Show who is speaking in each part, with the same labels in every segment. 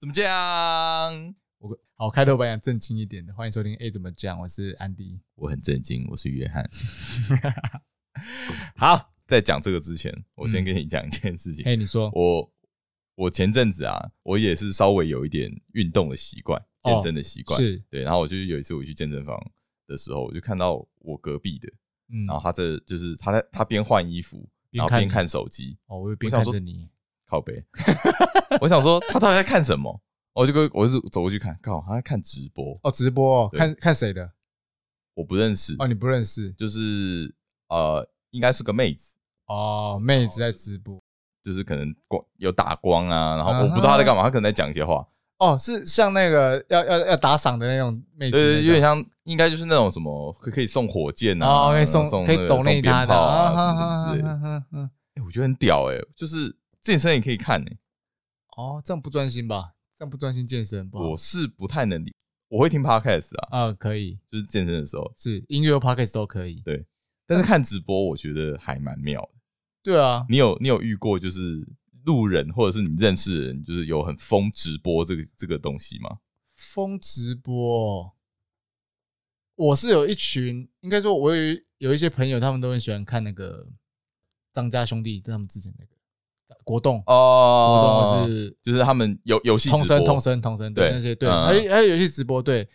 Speaker 1: 哎么讲？
Speaker 2: 我好开头我想正经一点的，欢迎收听 A 怎么讲，我是安迪。
Speaker 1: 我很震惊，我是约翰。好，在讲这个之前，我先跟你讲一件事情。
Speaker 2: 哎、你说
Speaker 1: 我我前阵子啊，我也是稍微有一点运动的习惯，
Speaker 2: 哦
Speaker 1: 健身的习惯。
Speaker 2: 是
Speaker 1: 对，然后我就是有一次我去健身房的时候，我就看到我隔壁的，
Speaker 2: 嗯
Speaker 1: 然后他这就是他在他边换衣服，然后边
Speaker 2: 你
Speaker 1: 看手机，
Speaker 2: 哦，我边
Speaker 1: 我想
Speaker 2: 看
Speaker 1: 说
Speaker 2: 着你，
Speaker 1: 靠背。我想说他到底在看什么？我就跟我就走过去看，靠，他在看直播，
Speaker 2: 哦，直播、哦、
Speaker 1: 对
Speaker 2: 看看谁的？
Speaker 1: 我不认识，
Speaker 2: 哦，你不认识
Speaker 1: 就是呃，应该是个妹子，
Speaker 2: 哦，妹子在直播
Speaker 1: 就是可能光有打光啊，然后
Speaker 2: 啊哈
Speaker 1: 我不知道他在干嘛，他可能在讲一些话，
Speaker 2: 哦，是像那个要要要打赏的那种妹子那个，
Speaker 1: 对，有点像，应该就是那种什么可可以送火箭啊，
Speaker 2: 哦，可以送
Speaker 1: 送
Speaker 2: 可
Speaker 1: 那
Speaker 2: 以
Speaker 1: 个
Speaker 2: 抖
Speaker 1: 送
Speaker 2: 内
Speaker 1: 鞭
Speaker 2: 他的
Speaker 1: 炮啊，
Speaker 2: 哈
Speaker 1: 什么什么之类的。
Speaker 2: 哈哈哈
Speaker 1: 哎，我觉得很屌哎，就是健身也可以看哎，
Speaker 2: 哦，这样不专心吧？这样不专心健身不好
Speaker 1: 我是不太能理，我会听 podcast 啊，
Speaker 2: 啊、可以
Speaker 1: 就是健身的时候，
Speaker 2: 是音乐 p o c k e t 都可以。
Speaker 1: 对但是看直播我觉得还蛮妙的。
Speaker 2: 对啊，
Speaker 1: 你有你有遇过就是路人或者是你认识的人，就是有很疯直播这个这个东西吗？
Speaker 2: 疯直播，我是有一群，应该说我有有一些朋友，他们都很喜欢看那个张家兄弟他们之前那个国栋，国
Speaker 1: 哦
Speaker 2: 栋是
Speaker 1: 就是他们游游戏
Speaker 2: 通
Speaker 1: 直播
Speaker 2: 声通声通声，对
Speaker 1: 哦对
Speaker 2: 那些对，
Speaker 1: 嗯
Speaker 2: 还有还有游戏直播对，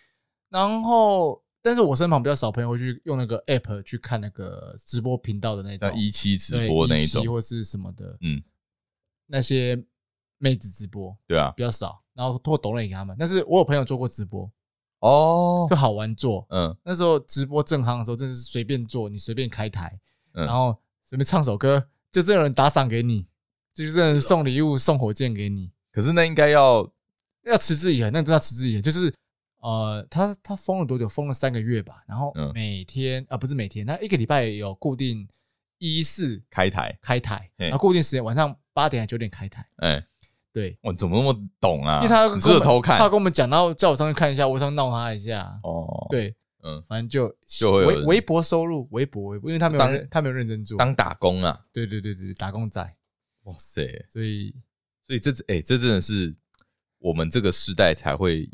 Speaker 2: 然后但是我身旁比较少朋友会去用那个 app 去看那个直播频道的那种
Speaker 1: 像一期直
Speaker 2: 对
Speaker 1: 播那一
Speaker 2: 17
Speaker 1: 种，
Speaker 2: 或是什么的，
Speaker 1: 嗯，
Speaker 2: 那些妹子直播
Speaker 1: 对啊，
Speaker 2: 比较少，然后托抖内给他们，但是我有朋友做过直播，
Speaker 1: 哦
Speaker 2: 就，好玩做，
Speaker 1: 嗯
Speaker 2: 那时候直播正夯的时候，真的是随便做，你随便开台，
Speaker 1: 嗯
Speaker 2: 然后随便唱首歌，就真的有人打赏给你，就是真的人送礼物、送火箭给你。
Speaker 1: 可是那应该要
Speaker 2: 要持之以恒，那真的要持之以恒。就是呃，他他封了多久？封了三个月吧。然后
Speaker 1: 嗯
Speaker 2: 每天啊、不是每天，他一个礼拜有固定一四
Speaker 1: 开台，
Speaker 2: 开台，
Speaker 1: 嘿
Speaker 2: 然后固定时间晚上八点还九点开台。
Speaker 1: 哎、
Speaker 2: 对，
Speaker 1: 我怎么那么懂啊？
Speaker 2: 因为他
Speaker 1: 你是
Speaker 2: 跟
Speaker 1: 有
Speaker 2: 我
Speaker 1: 偷看
Speaker 2: 他有跟我们讲，然后叫我上去看一下，我上去闹他一下。啊
Speaker 1: 哦，，
Speaker 2: 对，
Speaker 1: 嗯，
Speaker 2: 反正就
Speaker 1: 就会有
Speaker 2: 微
Speaker 1: 人
Speaker 2: 微薄收入，微薄微薄，因为他没有
Speaker 1: 当
Speaker 2: 认他没有认真做，
Speaker 1: 当打工啊，
Speaker 2: 对对对对，打工仔，
Speaker 1: 哇塞，
Speaker 2: 所以
Speaker 1: 所以这哎、这真的是我们这个时代才会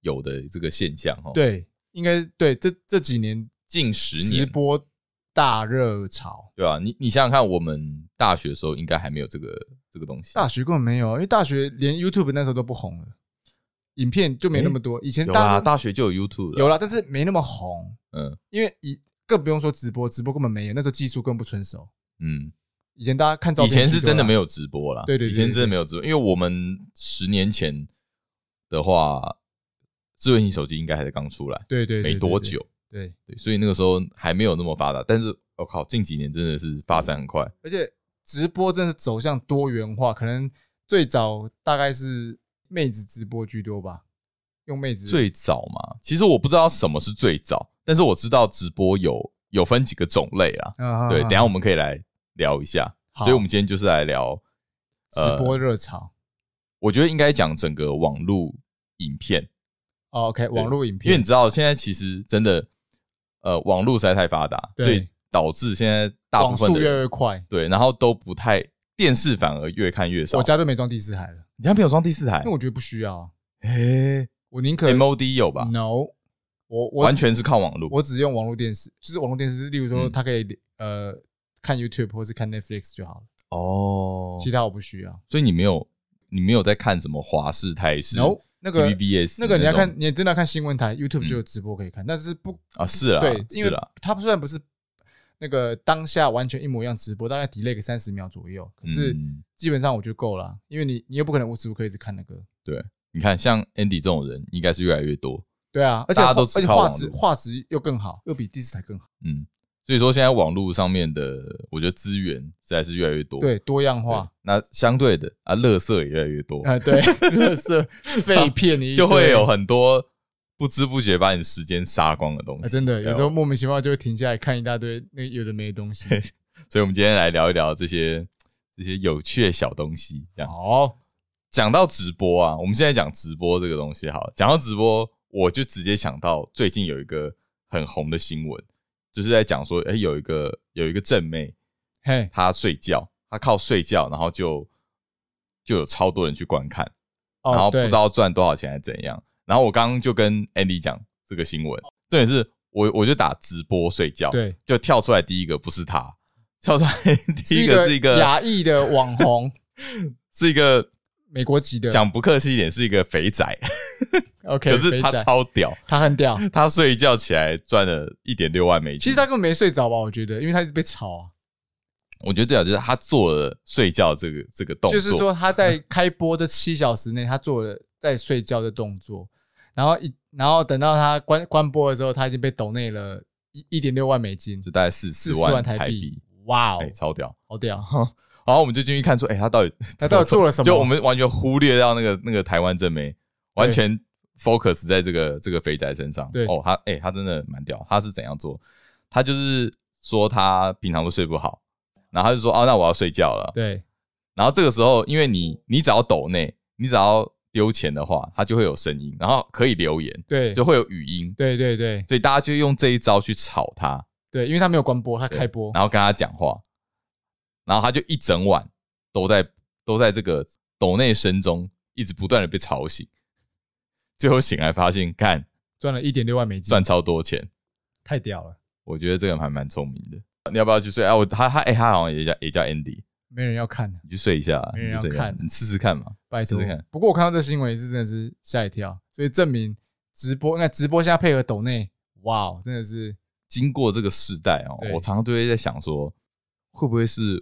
Speaker 1: 有的这个现象哦。，
Speaker 2: 对，应该对这这几年
Speaker 1: 近十
Speaker 2: 直
Speaker 1: 年
Speaker 2: 播大热潮，
Speaker 1: 对吧、你你想想看，我们大学的时候应该还没有这个这个东西。
Speaker 2: 大学根本没有啊，因为大学连 YouTube 那时候都不红了，影片就没那么多。以前
Speaker 1: 有啦，
Speaker 2: 大
Speaker 1: 大学就有 YouTube 了。
Speaker 2: 有啦，但是没那么红，
Speaker 1: 嗯
Speaker 2: 因为以更不用说直播，直播根本没有，那时候技术更不成熟。
Speaker 1: 嗯，
Speaker 2: 以前大家看照
Speaker 1: 以
Speaker 2: 片，
Speaker 1: 前是真的没
Speaker 2: 有，
Speaker 1: 有直播啦，
Speaker 2: 对对对
Speaker 1: 以前真的没有直播，因为我们十年前的话，智慧型手机应该还在刚出来
Speaker 2: 对对，对
Speaker 1: 没多，久，
Speaker 2: 对，对
Speaker 1: 对，所以那个时候还没有那么发达。但是我、靠，近几年真的是发展很快，
Speaker 2: 而且直播真的是走向多元化，可能最早大概是妹子直播居多吧，用妹子
Speaker 1: 最早嘛，其实我不知道什么是最早，但是我知道直播有有分几个种类啦。
Speaker 2: 啊
Speaker 1: 对，
Speaker 2: 啊
Speaker 1: 等一下我们可以来聊一下。
Speaker 2: 好
Speaker 1: 所以我们呃今天就是来聊，
Speaker 2: 直播热潮。
Speaker 1: 我觉得应该讲整个网络影片，
Speaker 2: 哦 OK，网络影
Speaker 1: 因为
Speaker 2: 片
Speaker 1: 你知道现在其实真的，呃，网络实在太发达，
Speaker 2: 对
Speaker 1: 所以导致现在大部
Speaker 2: 网
Speaker 1: 分
Speaker 2: 速
Speaker 1: 的
Speaker 2: 越来
Speaker 1: 人
Speaker 2: 越快，
Speaker 1: 对，然后都不太电视反而越看越少。
Speaker 2: 我家都没装第四台了，
Speaker 1: 你家没有装第四台
Speaker 2: 因为我觉得不需要啊，
Speaker 1: 诶
Speaker 2: 我宁可
Speaker 1: ，MOD 有哎吧？
Speaker 2: No，我嗯我
Speaker 1: 完全是靠网络。
Speaker 2: 我只用网络电视，就是网络电视，例如说
Speaker 1: 嗯
Speaker 2: 它可以、呃看 YouTube 或是看 Netflix 就好了，
Speaker 1: 哦，
Speaker 2: 其他我不需要。
Speaker 1: 所以你没有你没有在看什么华视、台视、
Speaker 2: No，那个
Speaker 1: TVBS
Speaker 2: 那个你要
Speaker 1: 种
Speaker 2: 看，你真的要看新闻台 YouTube
Speaker 1: 嗯
Speaker 2: 就有直播可以看，但是不
Speaker 1: 啊？是啦，
Speaker 2: 对，因
Speaker 1: 是
Speaker 2: 为
Speaker 1: 啦，
Speaker 2: 它虽然不是那个当下完全一模一样直播，大概 delay 个三十秒左右，可是
Speaker 1: 嗯
Speaker 2: 基本上我觉得够了，啊因为你你又不可能无时无刻一直看那个。
Speaker 1: 你看像 Andy 这种人，应该是越来越多。
Speaker 2: 对啊，而且
Speaker 1: 大家都
Speaker 2: 画
Speaker 1: 只
Speaker 2: 而且
Speaker 1: 靠
Speaker 2: 画
Speaker 1: 网
Speaker 2: 质
Speaker 1: 络
Speaker 2: 画质又更好，又比第四台更好，
Speaker 1: 嗯，所以说现在网络上面的，我觉得资源实在是越来越多。
Speaker 2: 对，多样
Speaker 1: 对
Speaker 2: 化，
Speaker 1: 那相对的啊，垃圾也越来越多，
Speaker 2: 啊， 对， 垃圾废片你一
Speaker 1: 就会
Speaker 2: 堆哎
Speaker 1: 有很多不知不觉把你时间杀光的东
Speaker 2: 啊，
Speaker 1: 西。
Speaker 2: 真的，
Speaker 1: 对
Speaker 2: 有时候莫名其妙就会停下来看一大堆那有的没的东 西。
Speaker 1: 所以，我们今天来聊一聊这些这些有趣的小东西。这样
Speaker 2: 好，
Speaker 1: 讲到直播啊，我们现在讲直播这个东西好了。讲到直播，我就直接想到最近有一个很红的新闻，就是在讲说，哎、有一个有一个正妹，
Speaker 2: 嘿，
Speaker 1: 她睡觉，她靠睡觉，然后就就有超多人去观看。
Speaker 2: 哦
Speaker 1: 然后不
Speaker 2: 对
Speaker 1: 知道赚多少钱还是怎样。然后我刚刚就跟 Andy 讲这个新闻，重点是我我就打直播睡觉，
Speaker 2: 对，
Speaker 1: 就跳出来第一个不是他，跳出来第一个是一个
Speaker 2: 亚裔的网红，
Speaker 1: 是一个
Speaker 2: 美国籍的，
Speaker 1: 讲不客气一点是一个肥仔，
Speaker 2: OK，
Speaker 1: 可是他
Speaker 2: 肥仔
Speaker 1: 超屌，
Speaker 2: 他很屌。
Speaker 1: 他睡一觉起来赚了一点六万美金。
Speaker 2: 其实他根本没睡着吧？我觉得，因为他一直被吵啊。
Speaker 1: 我觉得最好就是他做了睡觉这个这个动作，
Speaker 2: 就是说他在开播的七小时内，他做了在睡觉的动作，然后一然后等到他关关播的时候，他已经被抖内了一一点六万美金，
Speaker 1: 就大概四
Speaker 2: 四
Speaker 1: 十
Speaker 2: 十
Speaker 1: 万
Speaker 2: 台
Speaker 1: 币，。
Speaker 2: 哇哦
Speaker 1: 哎、，超屌！
Speaker 2: 好屌！
Speaker 1: 然后我们就进去看说，哎、他到底
Speaker 2: 他到底做了什么
Speaker 1: 就我们完全忽略掉那个那个台湾正妹，完全 focus 在这个这个肥宅身上。
Speaker 2: 对
Speaker 1: 哦，他哎、他真的蛮屌。他是怎样做？他就是说他平常都睡不好，然后他就说哦，那我要睡觉了。
Speaker 2: 对
Speaker 1: 然后这个时候，因为你你只要抖内，你只要丢钱的话，它就会有声音，然后可以留言，
Speaker 2: 对
Speaker 1: 就会有语音，
Speaker 2: 对对对
Speaker 1: 所以大家就用这一招去炒他，
Speaker 2: 对，因为他没有关播，他开播，
Speaker 1: 然后跟他讲话，然后他就一整晚都在都在这个抖内声中一直不断的被吵醒，最后醒来发现，干
Speaker 2: 赚了一点六万美金，
Speaker 1: 赚超多钱，
Speaker 2: 太屌了，
Speaker 1: 我觉得这个人还蛮聪明的。你要不要去睡？啊，我他他哎、他好像也叫也叫 Andy，
Speaker 2: 没人要看，
Speaker 1: 你去睡一下，啊
Speaker 2: 没人
Speaker 1: 你
Speaker 2: 哎要
Speaker 1: 去睡一下
Speaker 2: 看，啊
Speaker 1: 你试试看嘛。
Speaker 2: 拜托
Speaker 1: 试试看。
Speaker 2: 不过我看到这新闻也是真的是吓一跳，所以证明直播那直播现在配合抖内，哇哦，真的是
Speaker 1: 经过这个世代哦
Speaker 2: 对，
Speaker 1: 我常常都会在想说，会不会是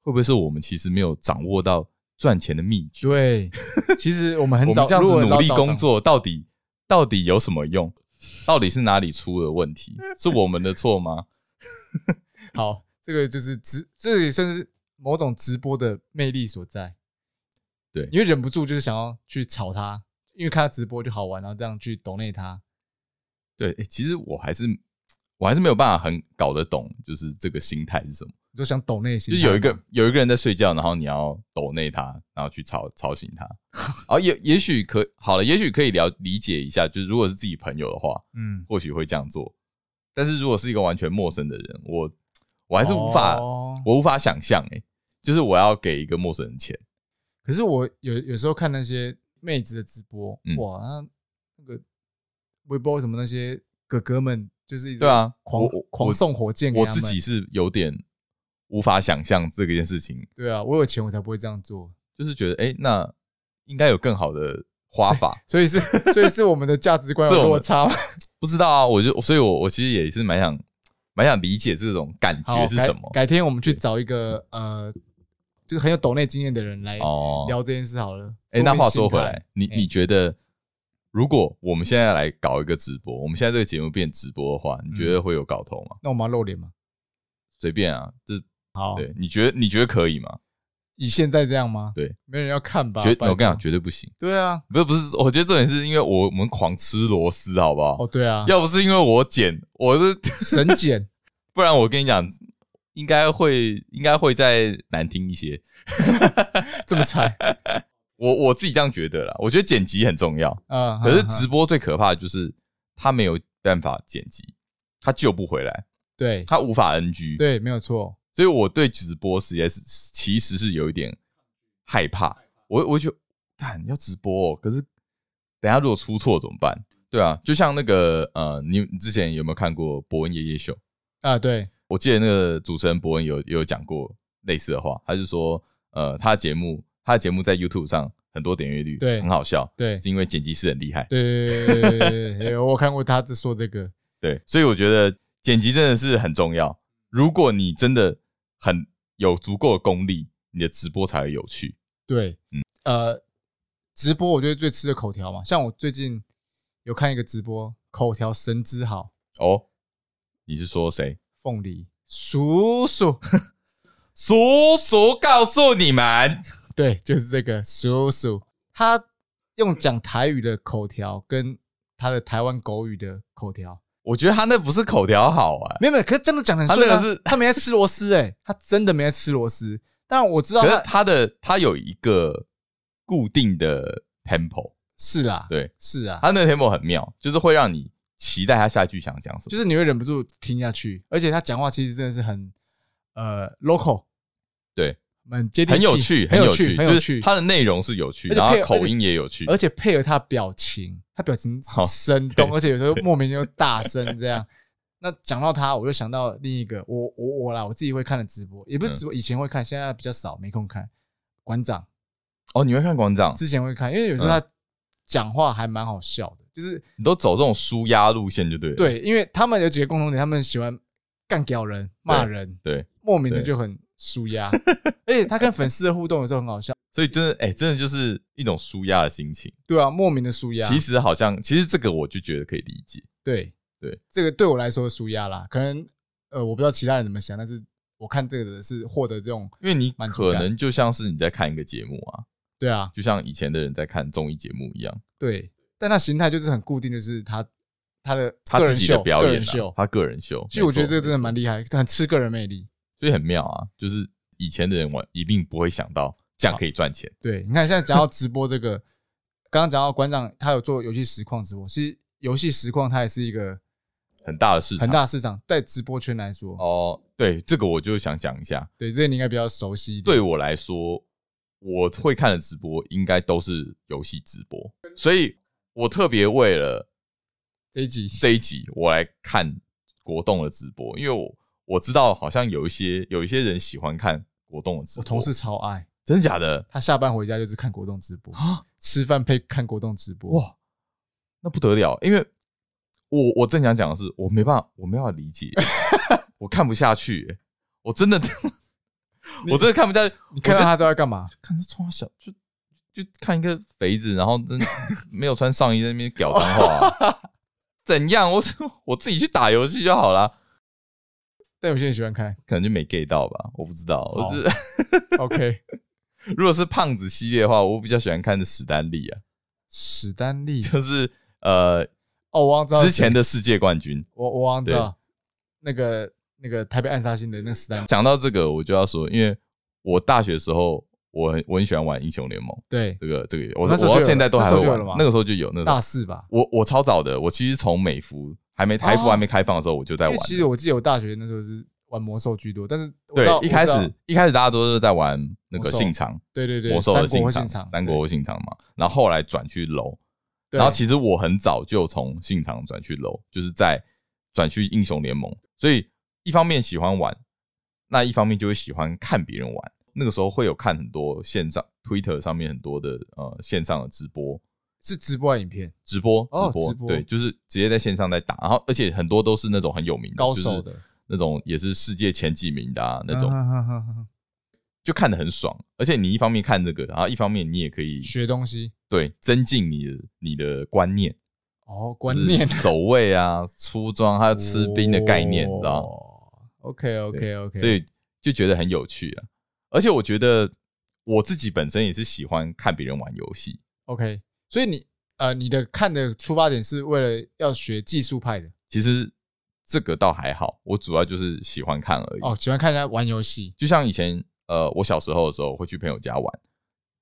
Speaker 1: 会不会是我们其实没有掌握到赚钱的秘诀？
Speaker 2: 对。 其实我们很
Speaker 1: 我
Speaker 2: 早
Speaker 1: 们这样
Speaker 2: 如
Speaker 1: 子
Speaker 2: 果老
Speaker 1: 努力
Speaker 2: 早
Speaker 1: 工
Speaker 2: 掌
Speaker 1: 作，到底到底有什么用？到底是哪里出了问题？是我们的错吗？
Speaker 2: 好，这个就是直，这也算是某种直播的魅力所在。
Speaker 1: 对
Speaker 2: 因为忍不住就是想要去炒他，因为看他直播就好玩，然后这样去抖内他。
Speaker 1: 对，诶其实我还是我还是没有办法很搞得懂，就是这个心态是什么。
Speaker 2: 你就想抖内
Speaker 1: 就
Speaker 2: 心
Speaker 1: 是
Speaker 2: 态，
Speaker 1: 有一个有一个人在睡觉，然后你要抖内他，然后去吵吵醒他。啊，也也许可好了，也许可以了理解一下，就是如果是自己朋友的话，
Speaker 2: 嗯，
Speaker 1: 或许会这样做。但是如果是一个完全陌生的人，我我还是无法，
Speaker 2: 哦
Speaker 1: 我无法想象哎、就是我要给一个陌生人钱，
Speaker 2: 可是我有有时候看那些妹子的直播，
Speaker 1: 嗯
Speaker 2: 哇，那那个微博什么那些哥哥们，就是一直
Speaker 1: 对啊，
Speaker 2: 狂
Speaker 1: 我我
Speaker 2: 狂送火箭给
Speaker 1: 我
Speaker 2: 他
Speaker 1: 自己
Speaker 2: 们
Speaker 1: 是有点无法想象这个件事情，
Speaker 2: 对啊，我有钱我才不会这样做，
Speaker 1: 就是觉得哎、诶那应该有更好的花法，
Speaker 2: 所以是所以是我们的价值观
Speaker 1: 这
Speaker 2: 有
Speaker 1: 我
Speaker 2: 落
Speaker 1: 们
Speaker 2: 差吗。
Speaker 1: 不知道啊，我就所以我，我其实也是蛮想蛮想理解这种感
Speaker 2: 好，
Speaker 1: 觉是什么
Speaker 2: 改？改天我们去找一个呃，就是很有抖内经验的人来
Speaker 1: 哦。
Speaker 2: 聊这件事好了。
Speaker 1: 哎、
Speaker 2: 说不定
Speaker 1: 那话说回
Speaker 2: 心态
Speaker 1: 来，，你
Speaker 2: 哎
Speaker 1: 你觉得，如果我们现在来搞一个直播，我们现在这个节目变直播的话，你觉得
Speaker 2: 嗯
Speaker 1: 会有搞头吗？
Speaker 2: 那我们要露脸吗？
Speaker 1: 随便啊，这
Speaker 2: 好，
Speaker 1: 对，你觉得你觉得可以吗？
Speaker 2: 以现在这样吗？
Speaker 1: 对，
Speaker 2: 没人要看吧？
Speaker 1: 绝，
Speaker 2: 拜托
Speaker 1: 我跟你讲，，绝对不行。
Speaker 2: 对啊，
Speaker 1: 不是不是，我觉得重点是因为我我们狂吃螺丝，好不好？
Speaker 2: 哦对啊，
Speaker 1: 要不是因为我剪，我是
Speaker 2: 神剪，
Speaker 1: 不然我跟你讲，应该会应该会再难听一些。
Speaker 2: 这么惨
Speaker 1: 我我自己这样觉得啦，我觉得剪辑很重要，
Speaker 2: 啊！
Speaker 1: 可是
Speaker 2: 哈哈
Speaker 1: 直播最可怕的就是他没有办法剪辑，他救不回来，
Speaker 2: 对
Speaker 1: 他无法 NG。，
Speaker 2: 对，没有错，
Speaker 1: 所以我对直播实在是其实是有一点害怕。我我就觉得看要直播、哦，可是等一下如果出错怎么办？对啊，就像那个呃，你你之前有没有看过伯恩夜夜秀？
Speaker 2: 啊对，
Speaker 1: 我记得那个主持人伯恩有有讲过类似的话，他就说呃，他的节目他的节目在 YouTube 上很多点阅率，
Speaker 2: 对
Speaker 1: 很好笑，
Speaker 2: 对
Speaker 1: 是因为剪辑师很厉害，
Speaker 2: 对对对对对对对，我有看过他这说这个，
Speaker 1: 对，所以我觉得剪辑真的是很重要。如果你真的很有足够的功力，你的直播才会有趣。
Speaker 2: 对，
Speaker 1: 嗯
Speaker 2: 呃，直播我觉得最吃的口条嘛，像我最近有看一个直播，口条神之好，
Speaker 1: 哦，你是说谁？
Speaker 2: 凤梨叔 叔，
Speaker 1: 叔叔告诉你们，
Speaker 2: 对，就是这个叔叔，他用讲台语的口条跟他的台湾狗语的口条，
Speaker 1: 我觉得他那不是口条好啊，
Speaker 2: 没有没有，可是真的讲得很顺、啊，
Speaker 1: 他那个是
Speaker 2: 他没在吃螺丝哎、他真的没在吃螺丝。当然我知道
Speaker 1: 可是
Speaker 2: 他
Speaker 1: 他的他有一个固定的 tempo，
Speaker 2: 是啦，
Speaker 1: 对
Speaker 2: 是啊，
Speaker 1: 他那个 tempo 很妙，就是会让你期待他下一句想讲什么。
Speaker 2: 就是你会忍不住听下去，而且他讲话其实真的是很呃 local，
Speaker 1: 对，
Speaker 2: 蛮接地
Speaker 1: 很
Speaker 2: 气，
Speaker 1: 有趣，
Speaker 2: 很
Speaker 1: 有
Speaker 2: 趣，很有
Speaker 1: 就是
Speaker 2: 趣。
Speaker 1: 它的内容是有趣，
Speaker 2: 而且
Speaker 1: 然后
Speaker 2: 配
Speaker 1: 口音也有趣，
Speaker 2: 而且配合他的表情，他表情
Speaker 1: 好
Speaker 2: 生动，而且有时候莫名就大声这样。那讲到他，我就想到另一个，我我我啦，我自己会看的直播，也
Speaker 1: 嗯
Speaker 2: 不是直播，以前会看，现在比较少，没空看。馆长
Speaker 1: 哦，嗯你会看馆长，
Speaker 2: 之前会看，因为有时候他讲话还蛮好笑的，就是
Speaker 1: 你都走这种舒压路线就对了，
Speaker 2: 对，因为他们有几个共同点，他们喜欢干掉人、骂人，
Speaker 1: 对，
Speaker 2: 莫名的
Speaker 1: 对
Speaker 2: 就很舒 压，而且他跟粉丝的互动有时候很好笑，
Speaker 1: 所以真的，哎、真的就是一种舒压的心情。
Speaker 2: 对啊，莫名的舒压。
Speaker 1: 其实好像，其实这个我就觉得可以理解，
Speaker 2: 对
Speaker 1: 对，
Speaker 2: 这个对我来说是舒压啦。可能呃，我不知道其他人怎么想，但是我看这个的是获得这种
Speaker 1: 因为你
Speaker 2: 满足
Speaker 1: 可
Speaker 2: 感
Speaker 1: 能就像是你在看一个节目啊，
Speaker 2: 对啊，
Speaker 1: 就像以前的人在看综艺节目一样，
Speaker 2: 对。但他形态就是很固定，就是他他的
Speaker 1: 他
Speaker 2: 个
Speaker 1: 自
Speaker 2: 人
Speaker 1: 己的
Speaker 2: 秀，
Speaker 1: 表
Speaker 2: 个
Speaker 1: 演、
Speaker 2: 人
Speaker 1: 啊
Speaker 2: 秀，。
Speaker 1: 他个人秀。
Speaker 2: 其实我觉得这个真的
Speaker 1: 没错
Speaker 2: 蛮厉害，很吃个人魅力。
Speaker 1: 所以很妙啊，就是以前的人玩一定不会想到这样可以赚钱，
Speaker 2: 对，你看现在讲到直播这个，刚刚讲到馆长他有做游戏实况直播，其实游戏实况它也是一个
Speaker 1: 很大的市场。
Speaker 2: 很大市场，在直播圈来说，
Speaker 1: 哦，对，这个我就想讲一下。
Speaker 2: 对这个你应该比较熟悉一点。
Speaker 1: 对我来说，我会看的直播应该都是游戏直播，所以我特别为了
Speaker 2: 这一集，
Speaker 1: 这一集我来看国栋的直播，因为我我知道好像有一些有一些人喜欢看国栋的直
Speaker 2: 我
Speaker 1: 播，
Speaker 2: 同事超爱，
Speaker 1: 真假的
Speaker 2: 他下班回家就是看国栋直播，
Speaker 1: 啊，
Speaker 2: 吃饭配看国栋直播。
Speaker 1: 哇，那不得了，因为我我正想讲的是，我没办法，我没办法理 解，我看不下去、我真的，我真的看不下去，
Speaker 2: 你看到
Speaker 1: 我觉得
Speaker 2: 他都在干嘛？
Speaker 1: 看这从小就就看一个肥子，然后真没有穿上衣在那边屌脏话、 怎样？我 我自己去打游戏就好啦。
Speaker 2: 但有些人喜欢看。
Speaker 1: 可能就没 get 到吧，我不知道。我是
Speaker 2: 哦 OK，
Speaker 1: 如果是胖子系列的话，我比较喜欢看的史丹利啊，
Speaker 2: 史丹利
Speaker 1: 就是呃
Speaker 2: 哦，我忘知道
Speaker 1: 之前
Speaker 2: 的，
Speaker 1: 的世界冠军。
Speaker 2: 我我忘知道那个那个台北暗杀星的那个史丹利，
Speaker 1: 讲到这个，我就要说，因为我大学的时候，我很我很喜欢玩英雄联盟，
Speaker 2: 对，
Speaker 1: 这个这个我
Speaker 2: 那时候
Speaker 1: 我到
Speaker 2: 就有
Speaker 1: 现在都还会
Speaker 2: 那时候就有
Speaker 1: 玩
Speaker 2: 了吗，
Speaker 1: 那个时候就有，那个时候
Speaker 2: 大四吧。
Speaker 1: 我我超早的，我其实从美服还没台服
Speaker 2: 哦
Speaker 1: 还没开放的时候，我就在
Speaker 2: 因为
Speaker 1: 玩了。
Speaker 2: 其实我记得我大学那时候是玩魔兽居多，但是我知道
Speaker 1: 对，一开，
Speaker 2: 我知
Speaker 1: 始
Speaker 2: 道
Speaker 1: 一开始大家都是在玩那个
Speaker 2: 魔兽
Speaker 1: 信长，
Speaker 2: 对对对，
Speaker 1: 魔兽的
Speaker 2: 三国
Speaker 1: 信
Speaker 2: 或
Speaker 1: 长
Speaker 2: 信，长，
Speaker 1: 三国或信长嘛，然后后来转去楼，
Speaker 2: 对，
Speaker 1: 然后其实我很早就从信长转去 LO，就是在转去英雄联盟，所以一方面喜欢玩，那一方面就会喜欢看别人玩。那个时候会有看很多线上 Twitter 上面很多的呃线上的直播，
Speaker 2: 是直播还是影片，
Speaker 1: 直播
Speaker 2: 哦
Speaker 1: 直播、
Speaker 2: 直播
Speaker 1: 对，就是直接在线上在打，然后而且很多都是那种很有名的
Speaker 2: 高手
Speaker 1: 就是
Speaker 2: 的
Speaker 1: 那种也是世界前几名的啊那种，
Speaker 2: 啊啊啊啊啊
Speaker 1: 就看得很爽。而且你一方面看这个，然后一方面你也可以
Speaker 2: 学东西
Speaker 1: 对增进你的你的观念。
Speaker 2: 哦，观
Speaker 1: 就是
Speaker 2: 念
Speaker 1: 走位啊、 出装还有吃兵的概念，你知道吗？
Speaker 2: ？OK OK 哦 OK，
Speaker 1: 所以就觉得很有趣啊。而且我觉得我自己本身也是喜欢看别人玩游戏，
Speaker 2: OK，所以你呃，你的看的出发点是为了要学技术派的
Speaker 1: 其实这个倒还好，我主要就是喜欢看而已。
Speaker 2: 哦，喜欢看人家玩游戏，
Speaker 1: 就像以前呃，我小时候的时候会去朋友家玩，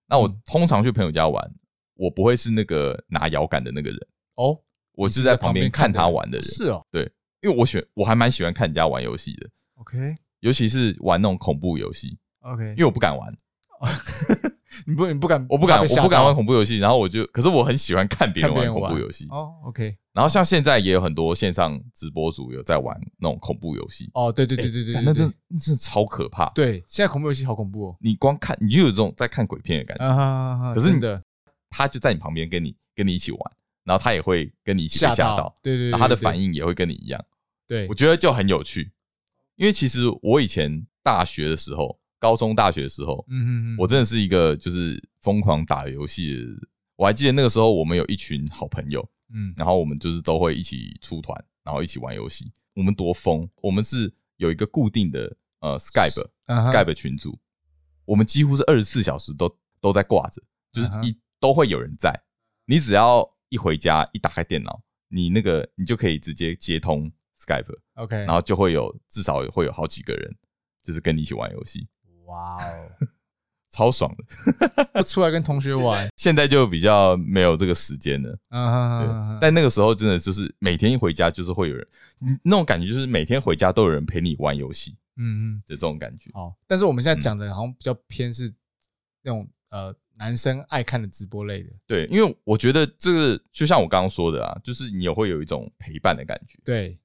Speaker 1: 那我
Speaker 2: 嗯
Speaker 1: 通常去朋友家玩，我不会是那个拿摇杆的那个人
Speaker 2: 哦，
Speaker 1: 我
Speaker 2: 你
Speaker 1: 是
Speaker 2: 是
Speaker 1: 在
Speaker 2: 在
Speaker 1: 旁
Speaker 2: 旁
Speaker 1: 边
Speaker 2: 边
Speaker 1: 看
Speaker 2: 看
Speaker 1: 他
Speaker 2: 的
Speaker 1: 玩的人，
Speaker 2: 是哦
Speaker 1: 因为我喜我还蛮喜欢看人家玩游戏的，
Speaker 2: ，OK
Speaker 1: 尤其是玩那种恐怖游戏，
Speaker 2: OK，
Speaker 1: 因为我不敢玩。
Speaker 2: 你不你不敢，
Speaker 1: 我不敢，
Speaker 2: 怕被
Speaker 1: 我
Speaker 2: 吓
Speaker 1: 不敢
Speaker 2: 到
Speaker 1: 玩恐怖游戏，然后我就，可是我很喜欢看别人
Speaker 2: 看别
Speaker 1: 玩
Speaker 2: 人
Speaker 1: 恐
Speaker 2: 玩
Speaker 1: 怖游戏。
Speaker 2: 哦，OK，
Speaker 1: 然后像现在也有很多线上直播主有在玩那种恐怖游戏，
Speaker 2: 哦，对对对对对
Speaker 1: 干
Speaker 2: 对，
Speaker 1: 那
Speaker 2: 对
Speaker 1: 真那真的超可怕。
Speaker 2: 对，现在恐怖游戏好恐怖哦，
Speaker 1: 你光看，你就有这种在看鬼片的感觉。
Speaker 2: 啊哈哈哈，
Speaker 1: 可是你
Speaker 2: 真的
Speaker 1: 他就在你旁边跟你跟你一起玩，然后他也会跟你一起被
Speaker 2: 吓
Speaker 1: 吓
Speaker 2: 到
Speaker 1: 到，，
Speaker 2: 对对，
Speaker 1: 然后他的
Speaker 2: 对
Speaker 1: 反，应也会跟你一样。
Speaker 2: 对对，
Speaker 1: 我觉得就很有趣，因为其实我以前大学的时候，高中大学的时候，
Speaker 2: 嗯嗯嗯，
Speaker 1: 我真的是一个就是疯狂打游戏的人。我还记得那个时候，我们有一群好朋友，
Speaker 2: 嗯
Speaker 1: 然后我们就是都会一起出团，然后一起玩游戏。我们多疯！我们是有一个固定的呃 Skype、
Speaker 2: 啊哈
Speaker 1: Skype 群组，我们几乎是二十四小时都都在挂着，就是
Speaker 2: 啊哈
Speaker 1: 一、都会有人在。你只要一回家，一打开电脑，你那个你就可以直接接通 Skype，
Speaker 2: OK，
Speaker 1: 然后就会有至少会有好几个人，就是跟你一起玩游戏，
Speaker 2: 哇哦，
Speaker 1: 超爽的。
Speaker 2: 不出来跟同学 玩，
Speaker 1: 现在就比较没有这个时间了，对
Speaker 2: 啊，
Speaker 1: 但那个时候真的就是每天一回家就是会有人，嗯那种感觉就是每天回家都有人陪你玩游戏
Speaker 2: 嗯嗯，
Speaker 1: 的这种感觉。
Speaker 2: 好。但是我们现在
Speaker 1: 嗯
Speaker 2: 讲的好像比较偏是那种呃男生爱看的直播类的，
Speaker 1: 对，因为我觉得这个就像我刚刚说的啊，就是你也会有一种陪伴的感觉。
Speaker 2: 对，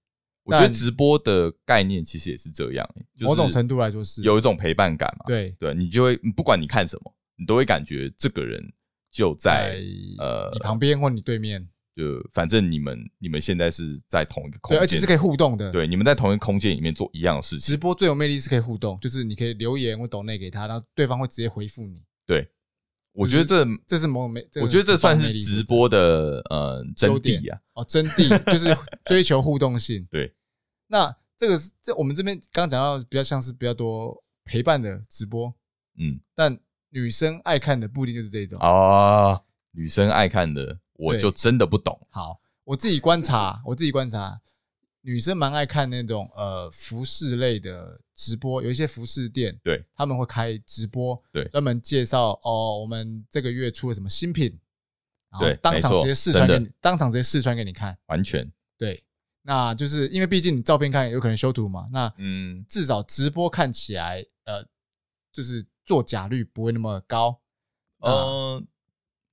Speaker 1: 我觉得
Speaker 2: 但
Speaker 1: 直播的概念其实也是这样、欸就是
Speaker 2: 某种程度来说是
Speaker 1: 有一种陪伴感嘛。
Speaker 2: 对
Speaker 1: 对，你就会不管你看什么，你都会感觉这个人就在呃
Speaker 2: 你旁边或你对面，
Speaker 1: 就反正你们你们现在是在同一个空
Speaker 2: 对，
Speaker 1: 间，
Speaker 2: 而且是可以互动的。，
Speaker 1: 对你们在同一个空间里面做一样的事
Speaker 2: 直
Speaker 1: 情，
Speaker 2: 播最有魅力是可以互动，就是你可以留言或抖内给他，然后对方会直接回复你，
Speaker 1: 我觉得这
Speaker 2: 这是某种魅。
Speaker 1: 我觉得这算
Speaker 2: 很棒的魅
Speaker 1: 是
Speaker 2: 力
Speaker 1: 直播的呃真
Speaker 2: 优点
Speaker 1: 谛啊。
Speaker 2: 哦，真谛就是追求互动性。
Speaker 1: 对，
Speaker 2: 那这个是这我们这边刚刚讲到比较像是比较多陪伴的直播，
Speaker 1: 嗯
Speaker 2: 但女生爱看的不一定就是这种。
Speaker 1: 啊，女生爱看的我
Speaker 2: 对
Speaker 1: 就真的不懂
Speaker 2: 好，我自己观察，我自己观察，女生蛮爱看那种呃服饰类的直播，有一些服饰店，
Speaker 1: 对，
Speaker 2: 他们会开直播，
Speaker 1: 对
Speaker 2: 专门介绍哦，我们这个月出了什么新品，然后
Speaker 1: 对
Speaker 2: 当场
Speaker 1: 没错
Speaker 2: 直接试穿给
Speaker 1: 真
Speaker 2: 你，当场直接试穿给你看，
Speaker 1: 完全。
Speaker 2: 对，那就是因为毕竟你照片看有可能修图嘛，那
Speaker 1: 嗯，
Speaker 2: 至少直播看起来，呃，就是作假率不会那么高。那
Speaker 1: 呃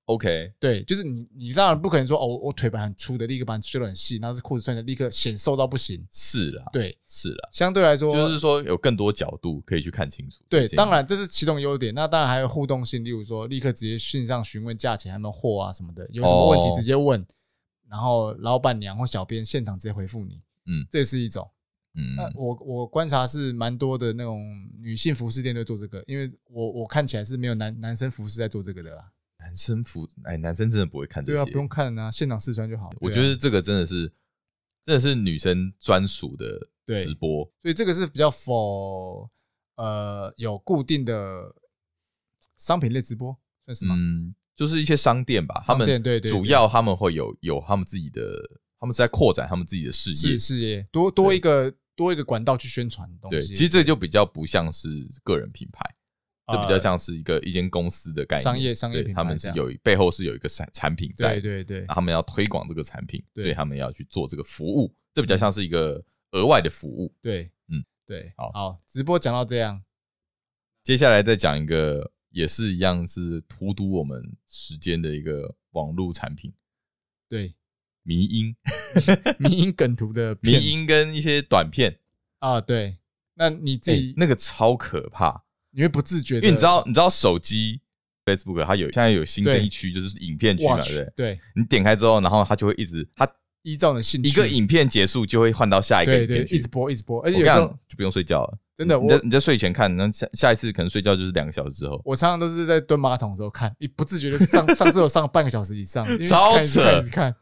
Speaker 1: ，OK，
Speaker 2: 对，就是你，你当然不可能说哦，我我腿板很粗的，立刻把你修的很细，然后是裤子穿的立刻显瘦到不行。
Speaker 1: 是啦，
Speaker 2: 对，
Speaker 1: 是啦，
Speaker 2: 相对来说，
Speaker 1: 就是说有更多角度可以去看清楚。
Speaker 2: 对，
Speaker 1: 这样
Speaker 2: 当然这是其中优点。那当然还有互动性，例如说立刻直接讯上询问价钱、还有没有货啊什么的，有什么问
Speaker 1: 哦
Speaker 2: 题直接问，然后老板娘或小编现场直接回复你。
Speaker 1: 嗯
Speaker 2: 这也是一种。
Speaker 1: 嗯，
Speaker 2: 那呃我我观察是蛮多的那种女性服饰店都做这个，因为我我看起来是没有男男生服饰在做这个的啦。
Speaker 1: 男生服，哎，男生真的不会看这
Speaker 2: 对
Speaker 1: 些。
Speaker 2: 啊，不用看啊，现场试穿就好。
Speaker 1: 我
Speaker 2: 对啊
Speaker 1: 觉得这个真的是，真的是女生专属的
Speaker 2: 对
Speaker 1: 直播。
Speaker 2: 所以这个是比较否呃有固定的商品类直播算是吗？
Speaker 1: 嗯，就是一些商店吧，他们
Speaker 2: 商店对对
Speaker 1: 主要他们会有有他们自己的，他们是在扩展他们自己的事业
Speaker 2: 是。事业多多一个多一个管道去宣传东
Speaker 1: 对，
Speaker 2: 西，
Speaker 1: 其实这就比较不像是个人品牌，这比较
Speaker 2: 呃
Speaker 1: 像是一个一间公司的概念，
Speaker 2: 商业商业
Speaker 1: 对
Speaker 2: 品牌
Speaker 1: 他们是
Speaker 2: 这样
Speaker 1: 有背后是有一个产产品在啊
Speaker 2: 对
Speaker 1: 的，
Speaker 2: 对对
Speaker 1: 然后他们要推广这个产品，
Speaker 2: 对
Speaker 1: 所以他们要去做这个服务，这比较像是一个额外的服务。
Speaker 2: 对，
Speaker 1: 嗯
Speaker 2: 对，
Speaker 1: 好
Speaker 2: 好，直播讲到这样，
Speaker 1: 接下来再讲一个，也是一样是荼毒我们时间的一个网络产品
Speaker 2: 对，
Speaker 1: —— 迷音、
Speaker 2: 迷音梗图的
Speaker 1: 迷
Speaker 2: 片
Speaker 1: 音跟一些短片，
Speaker 2: 啊，对，那你自
Speaker 1: 哎
Speaker 2: 己
Speaker 1: 那个超可怕，
Speaker 2: 你会不自觉
Speaker 1: 因
Speaker 2: 的，
Speaker 1: 为你知道，你知道手机 Facebook 它有现在有新增
Speaker 2: 对
Speaker 1: 一区，就是影片区嘛，对
Speaker 2: watch
Speaker 1: 不对？
Speaker 2: 对，
Speaker 1: 你点开之后，然后它就会一直，它
Speaker 2: 依照你的兴趣
Speaker 1: 一个影片结束就会换到下一个
Speaker 2: 对
Speaker 1: 影
Speaker 2: 对
Speaker 1: 片去
Speaker 2: 一直播一直播，而且
Speaker 1: 我
Speaker 2: 有时
Speaker 1: 跟你讲
Speaker 2: 候
Speaker 1: 就不用睡觉了，
Speaker 2: 真的
Speaker 1: 你在
Speaker 2: 我
Speaker 1: 你在睡前看，然后下下一次可能睡觉就是两个小时之后，
Speaker 2: 我常常都是在蹲马桶的时候看，一不自觉的上 上厕所上半个小时以 上，因为一直
Speaker 1: 超
Speaker 2: 看一直看
Speaker 1: 扯
Speaker 2: 一直看，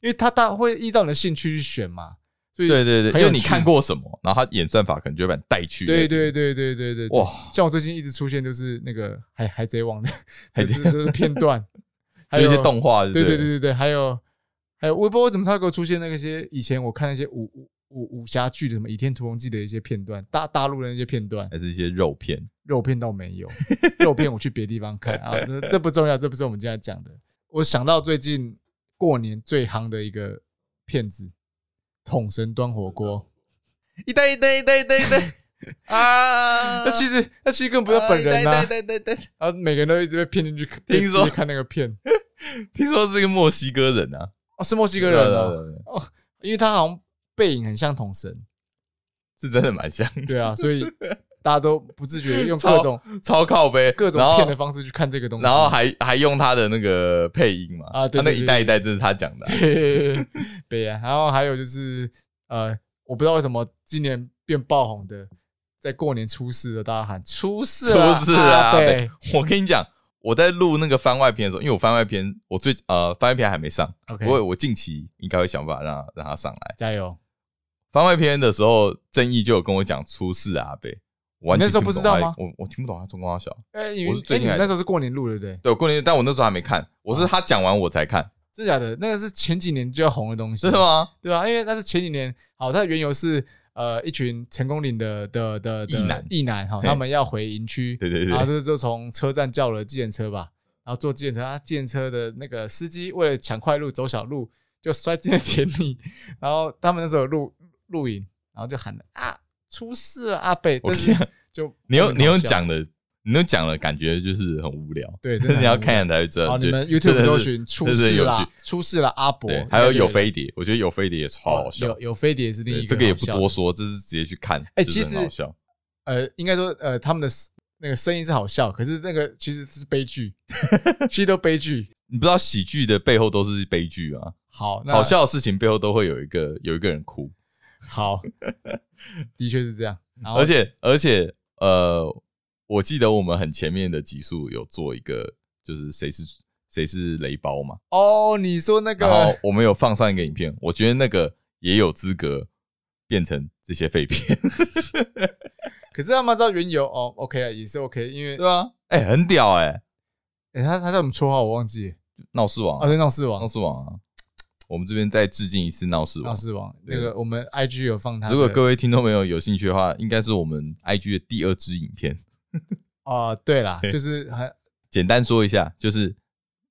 Speaker 2: 因为他大会依照你的兴趣去选嘛，所以
Speaker 1: 对对
Speaker 2: 很
Speaker 1: 对，
Speaker 2: 有
Speaker 1: 就你
Speaker 2: 趣
Speaker 1: 看过什么，然后它演算法可能就会把你带去，
Speaker 2: 对对对对对对，对
Speaker 1: 哇！
Speaker 2: 像我最近一直出现就是那个海海贼 王的
Speaker 1: 海 贼
Speaker 2: 贼的片 段，还
Speaker 1: 就
Speaker 2: 有
Speaker 1: 一些动画，
Speaker 2: 对对
Speaker 1: 对
Speaker 2: 对对对，还有还有微博怎么他给我出现那个些以前我看那些武武武武侠剧的什么《倚天屠龙记》的一些片段，大大陆的那些片段，
Speaker 1: 还是一些肉片。
Speaker 2: 肉片倒没有，肉片我去别地方看啊，这这不重要，这不是我们今天要讲的。我想到最近过年最夯的一个片子，《桶神端火锅》。
Speaker 1: 一对一对一对一 对一对啊
Speaker 2: 那其实那其实根本不是他本人呐、啊，
Speaker 1: 哎对对对对，
Speaker 2: 然后每个人都一直被骗进去，
Speaker 1: 听
Speaker 2: 被
Speaker 1: 说
Speaker 2: 骗看那个片
Speaker 1: 听说是一个墨西哥人啊，
Speaker 2: 哦，是墨西
Speaker 1: 一
Speaker 2: 哥人哦，
Speaker 1: 啊，
Speaker 2: 因为他好像背影很像桶神，
Speaker 1: 是真的蛮像的，
Speaker 2: 对啊，所以大家都不自觉地用各种
Speaker 1: 超靠背，
Speaker 2: 各种
Speaker 1: 然后
Speaker 2: 骗的方式去看这个东西，
Speaker 1: 然后还还用他的那个配音嘛，
Speaker 2: 啊对
Speaker 1: 他那
Speaker 2: 对对
Speaker 1: 一代一代真是他讲的啊，
Speaker 2: 对 对啊，然后还有就是呃，我不知道为什么今年变爆红的，在过年出事的大家喊出事了，
Speaker 1: 出事了
Speaker 2: 啊，
Speaker 1: 阿
Speaker 2: 对
Speaker 1: 北，我跟你讲，我在录那个番外篇的时候，因为我番外篇我最呃番外篇还没上，
Speaker 2: ，OK，
Speaker 1: 不过我近期应该会想办法让它让他上来。
Speaker 2: 加油，
Speaker 1: 番外篇的时候，正义就有跟我讲出事啊，阿北，我完全
Speaker 2: 你那时候
Speaker 1: 听
Speaker 2: 不知
Speaker 1: 懂
Speaker 2: 道
Speaker 1: 他
Speaker 2: 吗
Speaker 1: 我我听不懂他中光小。
Speaker 2: 哎，你
Speaker 1: 我是最
Speaker 2: 哎你
Speaker 1: 近
Speaker 2: 们
Speaker 1: 还
Speaker 2: 那时候是过年录的对不对？
Speaker 1: 对，我过年，但我那时候还没看，我是他讲完我才看，
Speaker 2: 真假的？那个是前几年就要红的东西，
Speaker 1: 真的？吗？
Speaker 2: 对啊，因为那是前几年，好，它的缘由是呃一群成功岭的的的的
Speaker 1: 役男
Speaker 2: 异男哈，
Speaker 1: 嘿
Speaker 2: 他们要回营区，
Speaker 1: 对对对
Speaker 2: 然后就就从车站叫了计程车吧，然后坐计程车，啊，计程车的那个司机为了抢快路走小路，就摔进了田里，然后他们那时候有录录影，然后就喊了啊出事了阿贝，
Speaker 1: 我
Speaker 2: 但是
Speaker 1: 天啊
Speaker 2: 就
Speaker 1: 你用你
Speaker 2: 有
Speaker 1: 用讲的，你用讲的感觉就是很无聊，
Speaker 2: 对，真
Speaker 1: 但
Speaker 2: 的
Speaker 1: 是 你要
Speaker 2: 很无聊
Speaker 1: 看人才会知道。
Speaker 2: 哦，你
Speaker 1: 就
Speaker 2: 们
Speaker 1: 真
Speaker 2: YouTube
Speaker 1: 的是
Speaker 2: 搜寻出
Speaker 1: 真的是
Speaker 2: 事
Speaker 1: 有
Speaker 2: 啦
Speaker 1: 趣，
Speaker 2: 出事了阿伯
Speaker 1: 对，，还有有
Speaker 2: 飞
Speaker 1: 飞碟，我觉得有飞碟也超好笑
Speaker 2: 有。有飞碟是另一个，
Speaker 1: 对，这个也不多。说，这是直接去看，
Speaker 2: 哎
Speaker 1: 就
Speaker 2: 其
Speaker 1: 是
Speaker 2: 实
Speaker 1: 很好笑。
Speaker 2: 呃，应该说呃，他们的 s- 那个声音是好笑，可是那个其实是悲剧， 其实都悲剧。
Speaker 1: 你不知道喜剧的背后都是悲剧啊，
Speaker 2: 好，那
Speaker 1: 好笑的事情背后都会有一个有一个人哭，
Speaker 2: 好， 的确是这样。然后
Speaker 1: 而且而且呃，我记得我们很前面的集数有做一个，就是谁是谁是雷包嘛，
Speaker 2: 哦，你说那
Speaker 1: 然后
Speaker 2: 个
Speaker 1: 我们有放上一个影片，我觉得那个也有资格变成这些废片，
Speaker 2: 可是他们知道缘由哦，OK 啊，也是 OK，因为
Speaker 1: 对啊， 哎、很屌哎、
Speaker 2: 诶他他叫什么绰号我忘记了，
Speaker 1: 闹事王
Speaker 2: 哦，
Speaker 1: 啊、
Speaker 2: 对，闹事
Speaker 1: 闹
Speaker 2: 王，
Speaker 1: 事王啊，我们这边再致敬一次闹事
Speaker 2: 闹
Speaker 1: 王。
Speaker 2: 事啊王，
Speaker 1: 对
Speaker 2: 那个我们 IG 有放他的。
Speaker 1: 如果各位听众朋友有兴趣的话，应该是我们 IG 的第二支影片。
Speaker 2: 啊，对啦，就是很
Speaker 1: 简单说一下，就是